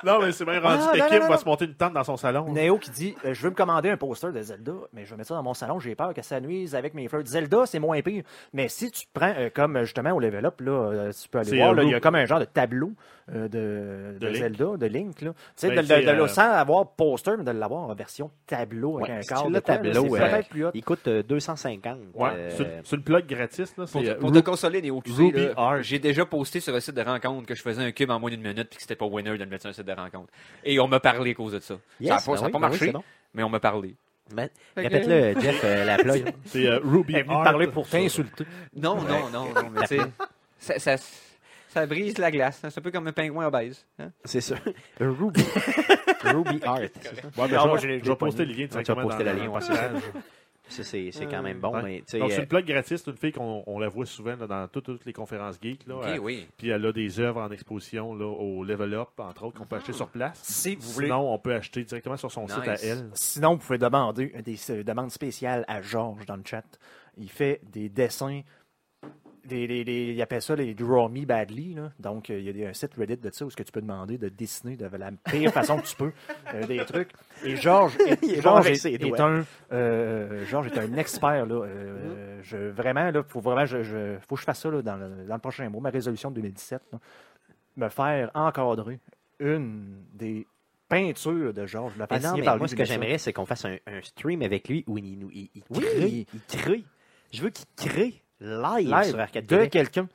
Speaker 4: non, mais c'est bien rendu.
Speaker 3: Ah, non,
Speaker 4: L'équipe
Speaker 3: non,
Speaker 4: va
Speaker 3: non.
Speaker 4: se monter une tente dans son salon. là.
Speaker 3: Néo qui dit euh, Je veux me commander un poster de Zelda, mais je vais mettre ça dans mon salon, j'ai peur que ça nuise avec mes fleurs. Zelda, c'est moins pire. Mais si tu prends, euh, comme justement au level up, là, euh, tu peux
Speaker 4: C'est,
Speaker 3: aller voir,
Speaker 4: euh,
Speaker 3: là, il y
Speaker 4: Lou-
Speaker 3: a comme un genre de tableau euh,
Speaker 4: De
Speaker 3: de, de
Speaker 4: Link.
Speaker 3: Zelda, de Link. Là. Tu sais,
Speaker 4: Ben,
Speaker 3: de,
Speaker 4: c'est,
Speaker 3: de- de-
Speaker 4: euh,
Speaker 3: sans avoir poster, mais de l'avoir en version tableau avec
Speaker 1: Ouais,
Speaker 3: un
Speaker 1: si
Speaker 3: cadre.
Speaker 1: tu
Speaker 3: de
Speaker 1: l'as
Speaker 3: quoi, là,
Speaker 1: tableau,
Speaker 3: c'est
Speaker 1: euh,
Speaker 3: peut-être plus hot.
Speaker 1: Il coûte euh, 250.
Speaker 4: Ouais.
Speaker 1: euh,
Speaker 4: C'est une- C'est une plug gratis. Là.
Speaker 2: Pour,
Speaker 4: C'est, euh,
Speaker 2: te, pour te consoler, Néo QC,
Speaker 4: Ruby
Speaker 2: là, j'ai déjà posté sur un site de rencontre que je faisais un cube en moins d'une minute puis que c'était pas winner de le mettre sur un site de rencontre. Et on m'a parlé à cause de ça.
Speaker 1: yes,
Speaker 2: ça a pas,
Speaker 1: ben
Speaker 2: ça a
Speaker 1: oui,
Speaker 2: pas
Speaker 1: ben oui,
Speaker 2: marché,
Speaker 1: c'est bon.
Speaker 2: mais on m'a parlé.
Speaker 1: Ben,
Speaker 2: Fait que-
Speaker 1: Répète-le, Jeff, euh, la plug.
Speaker 4: c'est euh, Ruby
Speaker 3: Elle est venue te
Speaker 4: Art.
Speaker 3: parler pour t'insulter.
Speaker 2: Non, non, non, non, mais tu sais, ça, ça, ça brise la glace. hein. C'est un peu comme un pingouin obèse. hein.
Speaker 1: C'est ça. Ruby. Ruby Art. c'est ça?
Speaker 4: Ouais, mais
Speaker 3: Ah,
Speaker 4: je-
Speaker 3: moi,
Speaker 4: je
Speaker 3: je l'ai-
Speaker 4: vais
Speaker 3: je l'ai
Speaker 4: poster
Speaker 3: pas
Speaker 4: le lien
Speaker 1: tu vas
Speaker 4: directement
Speaker 1: poster
Speaker 4: dans
Speaker 1: le lien,
Speaker 4: dans
Speaker 1: ouais, c'est
Speaker 4: partage.
Speaker 1: Ça, c'est c'est quand même bon.
Speaker 4: Ouais.
Speaker 1: Mais, tu sais,
Speaker 4: Donc, c'est
Speaker 1: euh,
Speaker 4: une plug gratis. C'est une fille qu'on on la voit souvent là, dans toutes, toutes les conférences geeks. Là,
Speaker 2: Ok,
Speaker 4: Euh,
Speaker 2: oui.
Speaker 4: Puis elle a des œuvres en exposition là, au Level Up, entre autres, qu'on peut
Speaker 1: Ah.
Speaker 4: acheter sur place.
Speaker 3: Si vous voulez.
Speaker 4: Sinon, on peut acheter directement sur son
Speaker 2: Nice.
Speaker 4: site à elle.
Speaker 3: Sinon, vous pouvez demander des euh, demandes spéciales à Georges dans le chat. Il fait des dessins. Des, des- des- il appelle ça les Draw Me Badly. là. Donc, euh, il y a des- un site Reddit de ça où ce que tu peux demander de dessiner de la pire façon que tu peux euh, des trucs. Et Georges est,
Speaker 1: Il est bon
Speaker 3: Georges
Speaker 1: avec
Speaker 3: est-
Speaker 1: ses
Speaker 3: est
Speaker 1: doigts.
Speaker 3: un euh, Georges est un expert. Là,
Speaker 1: Mm-hmm.
Speaker 3: Euh, je, vraiment, là, faut vraiment, je, je- faut que je fasse ça là, dans, le, dans le prochain mois, ma résolution de 2017. là. me faire encadrer une des peintures de Georges. La
Speaker 1: Ah
Speaker 3: faire
Speaker 1: non,
Speaker 3: signer
Speaker 1: mais
Speaker 3: par
Speaker 1: moi,
Speaker 3: lui,
Speaker 1: ce que
Speaker 3: bien sûr.
Speaker 1: j'aimerais, c'est qu'on fasse un, un stream avec lui où il, nous- il, il
Speaker 3: Oui.
Speaker 1: crée. Il crée. Je veux qu'il crée live,
Speaker 3: Live
Speaker 1: sur Arcade
Speaker 3: de
Speaker 1: Québec.
Speaker 3: quelqu'un.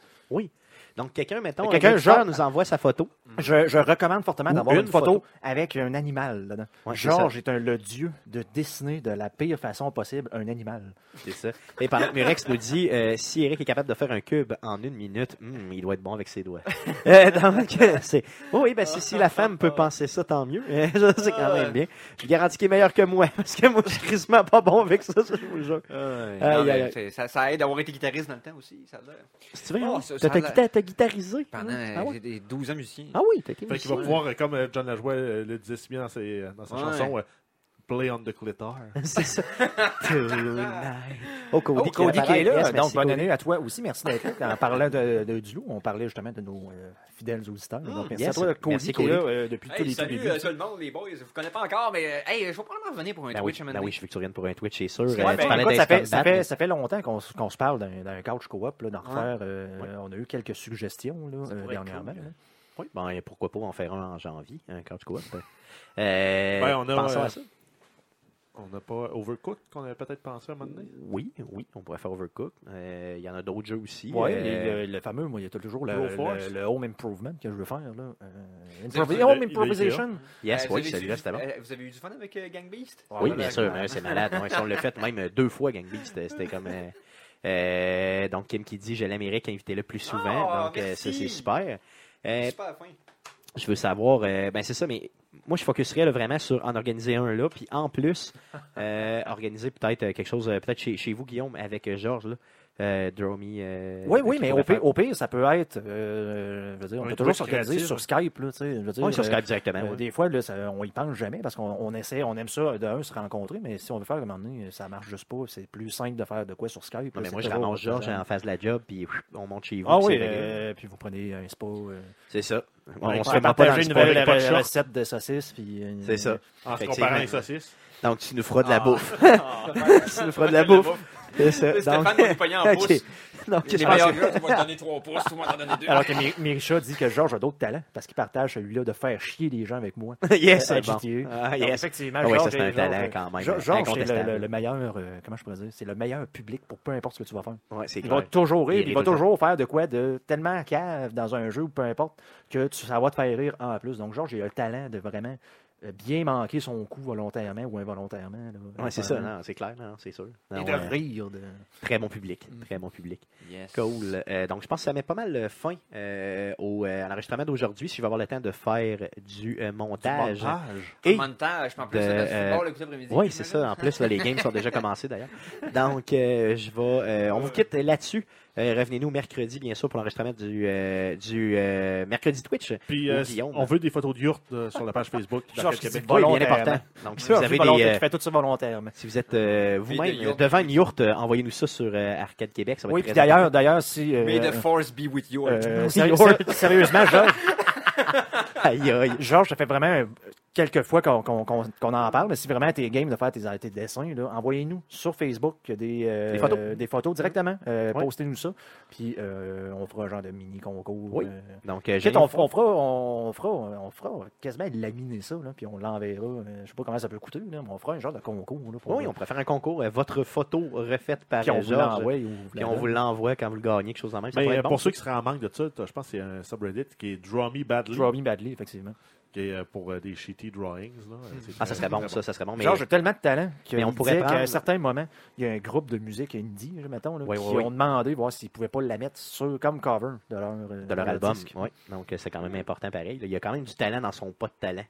Speaker 1: Donc, quelqu'un, mettons,
Speaker 3: Quelqu'un,
Speaker 1: un auditeur
Speaker 3: genre-
Speaker 1: nous envoie sa photo.
Speaker 3: Je, je recommande fortement
Speaker 1: Ou
Speaker 3: d'avoir
Speaker 1: une
Speaker 3: une, photo,
Speaker 1: photo.
Speaker 3: avec un animal dedans.
Speaker 1: Ouais, c'est
Speaker 3: Georges est un, le dieu de dessiner de la pire façon possible un animal.
Speaker 1: C'est ça. Et par exemple, Murex nous dit euh, si Eric est capable de faire un cube en une minute, hmm, il doit être bon avec ses doigts. Euh, donc, euh, c'est. Oh oui, ben, si, si la femme peut penser ça, tant mieux. Euh, ça, c'est quand même bien. Je garantis qu'il est meilleur que moi, parce que moi, je suis crissement pas bon avec ça, ça, je vous le jure. Aïe,
Speaker 2: Non,
Speaker 1: aïe,
Speaker 2: mais
Speaker 1: aïe.
Speaker 2: c'est- ça, ça aide d'avoir été guitariste dans le temps aussi. Ça a l'air.
Speaker 1: Si tu veux,
Speaker 2: Oh,
Speaker 1: hein,
Speaker 2: ça-
Speaker 1: t'as
Speaker 2: ça
Speaker 1: t'as
Speaker 2: a l'air-
Speaker 1: guita- t'as guitarisé.
Speaker 2: Pendant
Speaker 1: hein? Ah
Speaker 2: euh,
Speaker 1: oui,
Speaker 2: j'ai des 12 ans musicien.
Speaker 1: ah oui t'as été
Speaker 4: Fait qu'il
Speaker 1: musicien.
Speaker 4: va pouvoir, euh, comme euh, John Lajoie euh, le disait si bien dans, ses, dans sa
Speaker 2: Ouais.
Speaker 4: chanson, euh, Play on the clitor.
Speaker 1: C'est ça. Tonight. Oh, Cody,
Speaker 3: Oh,
Speaker 1: qui
Speaker 3: Cody qui
Speaker 1: apparaît.
Speaker 3: est là.
Speaker 1: Yes, merci,
Speaker 3: donc, bonne
Speaker 1: Cody.
Speaker 3: année à toi aussi. Merci d'être là. En parlant de, de- du loup, on parlait justement de nos euh, fidèles auditeurs. Donc, merci
Speaker 1: Mm, yes.
Speaker 3: à toi, Cody,
Speaker 1: Merci,
Speaker 3: qui est
Speaker 1: Cody.
Speaker 3: là euh, depuis tous les
Speaker 2: Hey,
Speaker 3: tout
Speaker 2: salut
Speaker 3: débuts.
Speaker 2: euh, tout le monde, les boys. Je vous connais pas encore, mais euh, hey, je vais probablement revenir pour un
Speaker 1: Ben oui,
Speaker 2: Twitch un moment
Speaker 1: ben oui,
Speaker 2: donné.
Speaker 1: je veux que tu reviennes pour un Twitch, c'est sûr.
Speaker 2: Parce que,
Speaker 1: Euh,
Speaker 2: ouais,
Speaker 1: tu
Speaker 2: ben,
Speaker 1: parlais
Speaker 3: Écoute, ça, fait,
Speaker 1: d'Ice
Speaker 3: ça,
Speaker 1: Combat,
Speaker 3: fait,
Speaker 1: mais-
Speaker 3: ça fait longtemps qu'on s- qu'on se parle d'un d'un couch coop, là, d'en
Speaker 2: Ouais.
Speaker 3: refaire. euh,
Speaker 4: Ouais.
Speaker 3: On a eu quelques suggestions là,
Speaker 4: Ça
Speaker 3: euh,
Speaker 4: pourrait être
Speaker 3: dernièrement.
Speaker 4: cool.
Speaker 3: là.
Speaker 1: Oui, ben, et pourquoi pas en faire un en janvier, hein, un couch co-op. Euh,
Speaker 4: Ben, on a,
Speaker 1: pensons
Speaker 4: euh,
Speaker 1: à ça.
Speaker 4: On n'a pas Overcook qu'on avait peut-être pensé à un moment donné.
Speaker 1: Oui, oui, on pourrait faire Overcook. Euh, Il y en a d'autres jeux aussi.
Speaker 3: Ouais,
Speaker 1: Euh,
Speaker 3: et le, le fameux, moi, il y a toujours le,
Speaker 4: Grow
Speaker 3: le-
Speaker 4: Force.
Speaker 3: le home improvement que je veux faire. Là. Euh,
Speaker 2: C'est
Speaker 3: improvi-
Speaker 4: le-
Speaker 3: home
Speaker 4: le-
Speaker 3: improvisation.
Speaker 1: Yes,
Speaker 2: Euh, vous
Speaker 1: oui,
Speaker 2: avez
Speaker 1: celui-là,
Speaker 2: du-
Speaker 1: c'était bon.
Speaker 2: euh, Vous avez eu du fun avec euh, Gang Beast?
Speaker 1: Oui, bien
Speaker 2: Ah, ben,
Speaker 1: sûr, mais c'est malade. Ouais, si on l'a fait même euh, deux fois, Gang Beast, euh, c'était comme. euh, euh, donc, Kim qui dit Je l'Amérique, invitez-le plus souvent.
Speaker 2: Ah,
Speaker 1: donc, euh, ça,
Speaker 2: merci.
Speaker 1: c'est super. Euh,
Speaker 2: Super fin.
Speaker 1: je veux savoir, euh, ben c'est ça, mais moi je focuserais là, vraiment sur en organiser un là, puis en plus euh, organiser peut-être euh, quelque chose, euh, peut-être chez, chez vous Guillaume avec euh, Georges là, euh, Draw Me, euh,
Speaker 3: Oui, oui,
Speaker 1: qui
Speaker 3: mais
Speaker 1: pourrait
Speaker 3: au pire,
Speaker 1: faire-
Speaker 3: au pire, ça peut être. euh, je veux dire,
Speaker 4: Un
Speaker 3: on peut
Speaker 4: Twitch
Speaker 3: toujours s'organiser
Speaker 4: créatif.
Speaker 3: sur Skype. Là, tu sais, je veux dire,
Speaker 1: Ouais, sur
Speaker 3: euh,
Speaker 1: Skype directement.
Speaker 3: Euh,
Speaker 1: ouais.
Speaker 3: Des fois, là, ça- on y pense jamais parce qu'on on essaie, on aime ça de un se rencontrer, mais si on veut faire comme un moment donné, ça marche juste pas. C'est plus simple de faire de quoi sur Skype.
Speaker 1: Non,
Speaker 3: là,
Speaker 1: mais
Speaker 3: c'est
Speaker 1: moi je
Speaker 3: toujours
Speaker 1: ramasse Georges
Speaker 3: faisable.
Speaker 1: en face de la job, puis pff, on monte chez vous.
Speaker 3: Ah
Speaker 1: puis
Speaker 3: oui,
Speaker 1: c'est réglé.
Speaker 3: euh, puis vous prenez un spa. euh,
Speaker 1: c'est ça. On,
Speaker 3: pour
Speaker 1: on se fait pas dans le
Speaker 3: partager une
Speaker 1: sport.
Speaker 3: nouvelle
Speaker 4: pas de short.
Speaker 3: recette de saucisses. Puis, euh,
Speaker 1: C'est ça.
Speaker 4: En se
Speaker 1: Fait que
Speaker 4: comparant
Speaker 1: c'est-
Speaker 4: les saucisses.
Speaker 1: Donc tu nous feras de la
Speaker 2: Ah.
Speaker 1: bouffe. tu nous feras de la
Speaker 2: De la
Speaker 1: bouffe. C'est ça.
Speaker 2: Stéphane
Speaker 1: Donc-
Speaker 2: m'a nous payé en
Speaker 1: Ok.
Speaker 2: pouce.
Speaker 1: Donc,
Speaker 2: Les
Speaker 1: je
Speaker 2: meilleurs
Speaker 1: pense
Speaker 2: gars, tu vas te donner 3 pouces, tu vas t'en donner 2.
Speaker 3: Alors que Mi- Mirisha dit que Georges a d'autres talents parce qu'il partage celui-là de faire chier les gens avec moi.
Speaker 1: que- yes,
Speaker 3: à
Speaker 1: c'est bon.
Speaker 3: GTA.
Speaker 1: Ah,
Speaker 3: Donc,
Speaker 1: yes.
Speaker 3: effectivement,
Speaker 1: Ah oui, ça
Speaker 3: Georges
Speaker 1: c'est un
Speaker 3: est-
Speaker 1: talent
Speaker 3: Georges-
Speaker 1: quand même. euh,
Speaker 3: Georges, Georges, c'est le- le,
Speaker 1: incontestable.
Speaker 3: le meilleur, euh, comment je pourrais dire, c'est le meilleur public pour peu importe ce que tu vas faire.
Speaker 1: Ouais, c'est
Speaker 3: Il
Speaker 1: clair.
Speaker 3: va toujours rire,
Speaker 1: Il
Speaker 3: puis il
Speaker 1: rit
Speaker 3: va
Speaker 1: tout le
Speaker 3: toujours faire de quoi de tellement cave dans un jeu ou peu importe que tu, ça va te faire rire en plus. Donc, Georges, il a le talent de vraiment euh, bien manquer son coup volontairement ou involontairement. là.
Speaker 1: Ouais, c'est ça,
Speaker 3: Vraiment.
Speaker 1: non, c'est clair, non, c'est sûr.
Speaker 3: Et
Speaker 1: Non,
Speaker 3: de
Speaker 1: euh,
Speaker 3: rire. de-
Speaker 1: très bon public,
Speaker 3: Mm.
Speaker 1: très bon public. Cool. Euh, donc, je pense que ça met pas mal euh, fin euh, au, euh, à l'enregistrement d'aujourd'hui. Si je vais avoir le temps de faire du euh, montage.
Speaker 4: Montage.
Speaker 1: Et-
Speaker 2: Et montage, puis en plus,
Speaker 1: De,
Speaker 2: c'est le
Speaker 1: euh,
Speaker 2: football, le coup d'après-midi.
Speaker 1: Oui, c'est ça. En plus, là, les games sont déjà commencés d'ailleurs. Donc, euh, je vais, euh, on vous quitte là-dessus. Euh, Revenez-nous mercredi, bien sûr, pour l'enregistrement du, euh, du euh, mercredi Twitch.
Speaker 4: Puis
Speaker 1: Ou
Speaker 4: euh,
Speaker 1: Guillaume.
Speaker 4: on veut des photos d'yurte euh, sur la page Facebook
Speaker 3: Georges
Speaker 4: d'Arcade
Speaker 3: qui dit
Speaker 4: Québec.
Speaker 1: Oui, bien
Speaker 3: Volontairement.
Speaker 1: important. Donc, si vous
Speaker 3: Georges,
Speaker 1: avez
Speaker 3: volontaire-
Speaker 1: des, euh,
Speaker 3: qui fait tout ça volontairement.
Speaker 1: si vous êtes euh,
Speaker 2: Puis
Speaker 1: vous-même
Speaker 2: de yourte.
Speaker 1: devant une yourte, euh, envoyez-nous ça sur euh, Arcade Québec. Ça va
Speaker 3: Oui,
Speaker 1: être
Speaker 3: puis
Speaker 1: très
Speaker 3: d'ailleurs, d'ailleurs, si. euh,
Speaker 2: May the force be with you.
Speaker 3: euh,
Speaker 2: Alex.
Speaker 3: euh, sérieux- sér- sérieusement, Georges,
Speaker 1: important. Aïe, aïe.
Speaker 3: Georges, ça fait vraiment euh, quelques fois qu'on qu'on- qu'on- qu'on en parle, mais si vraiment t'es game de faire tes, tes dessins, là, envoyez-nous sur Facebook des, euh,
Speaker 1: Des photos. Mmh.
Speaker 3: des photos directement. Euh,
Speaker 1: Ouais.
Speaker 3: Postez-nous ça. Puis euh, on fera un genre de mini concours.
Speaker 1: Oui.
Speaker 3: euh,
Speaker 1: Donc, euh,
Speaker 3: Shit,
Speaker 1: gênez-vous
Speaker 3: on, fera- on fera, on fera, on fera quasiment laminer ça, là, puis on l'enverra. euh, Je sais pas comment ça peut coûter, là, mais on fera un genre de concours. Là, pour
Speaker 1: Oui, on pourrait faire un concours. euh, votre photo refaite par
Speaker 3: puis on
Speaker 1: euh,
Speaker 3: vous
Speaker 1: Georges.
Speaker 3: l'envoie. ou vous
Speaker 1: Puis
Speaker 3: la
Speaker 1: on vous
Speaker 3: donne.
Speaker 1: l'envoie quand vous le gagnez, quelque chose en même. Ça
Speaker 4: Mais
Speaker 1: pourrait
Speaker 4: euh,
Speaker 1: être bon.
Speaker 4: pour ceux qui seraient en manque de ça, t'as- je pense que c'est un subreddit qui est Draw Me Badly,
Speaker 3: Draw me badly, effectivement.
Speaker 4: qui est euh, pour euh, des shitty drawings. Là. Euh, c'est
Speaker 1: Ah, ça
Speaker 4: très,
Speaker 1: serait bon,
Speaker 4: très
Speaker 1: ça, ça serait bon. Mais
Speaker 3: Georges a tellement de talent que
Speaker 1: Mais on
Speaker 3: il
Speaker 1: pourrait
Speaker 3: disait qu'à un
Speaker 1: prendre-
Speaker 3: certain moment, il y a un groupe de musique indie, mettons, là,
Speaker 1: Oui,
Speaker 3: qui
Speaker 1: oui, oui.
Speaker 3: ont demandé voir s'ils pouvaient pas la mettre sur, comme cover de leur, euh,
Speaker 1: de leur album,
Speaker 3: disque.
Speaker 1: oui. Donc, euh, c'est quand même important pareil. là. Il y a quand même du talent dans son pas de talent.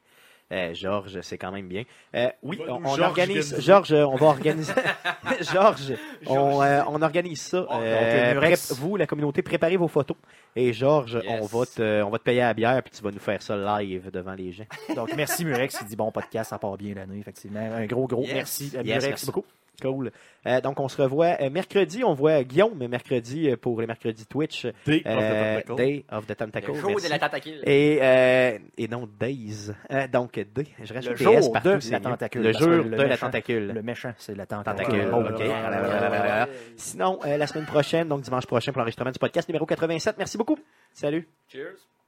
Speaker 1: Euh, Georges, c'est quand même bien. Euh, oui,
Speaker 4: Va
Speaker 1: on,
Speaker 4: nous
Speaker 1: on
Speaker 4: Georges
Speaker 1: organise.
Speaker 4: Gainsbourg.
Speaker 1: Georges, euh, on va organiser. Georges, on, euh, on organise ça.
Speaker 3: donc,
Speaker 1: Euh,
Speaker 3: le Murex.
Speaker 1: prép- vous, la communauté, préparez vos photos. Et Georges,
Speaker 2: Yes.
Speaker 1: on, va te, on va te payer à la bière puis tu vas nous faire ça live devant les gens.
Speaker 3: Donc, merci Murex, il dit bon podcast, ça part bien l'année, effectivement. Un gros, gros
Speaker 2: Yes.
Speaker 3: merci à
Speaker 1: Yes,
Speaker 3: Murex.
Speaker 1: merci beaucoup. Cool. Euh, donc, on se revoit euh, mercredi. On voit Guillaume mercredi euh, pour les mercredis Twitch.
Speaker 4: Des of the
Speaker 1: Euh,
Speaker 4: Tentacle.
Speaker 1: Day of the Tentacle.
Speaker 2: Le jour
Speaker 1: merci.
Speaker 2: de la tentacule.
Speaker 1: Et, euh, et non, Days. Euh, donc, D. Je rajoute
Speaker 3: Le
Speaker 1: des
Speaker 3: jour
Speaker 1: S partout,
Speaker 3: de
Speaker 1: c'est
Speaker 3: la
Speaker 1: mieux.
Speaker 3: tentacule,
Speaker 1: Le
Speaker 3: parce
Speaker 1: jour
Speaker 3: que
Speaker 1: de
Speaker 3: le
Speaker 1: la
Speaker 3: méchant-
Speaker 1: tentacule.
Speaker 3: Le méchant, Ah, c'est la tentacule.
Speaker 1: Tentacule,
Speaker 4: Oh,
Speaker 1: ok. Ah,
Speaker 4: là, là, là,
Speaker 2: là, là.
Speaker 1: Sinon, euh, la semaine prochaine, donc dimanche prochain, pour l'enregistrement du podcast numéro 87. Merci beaucoup. Salut.
Speaker 2: Cheers.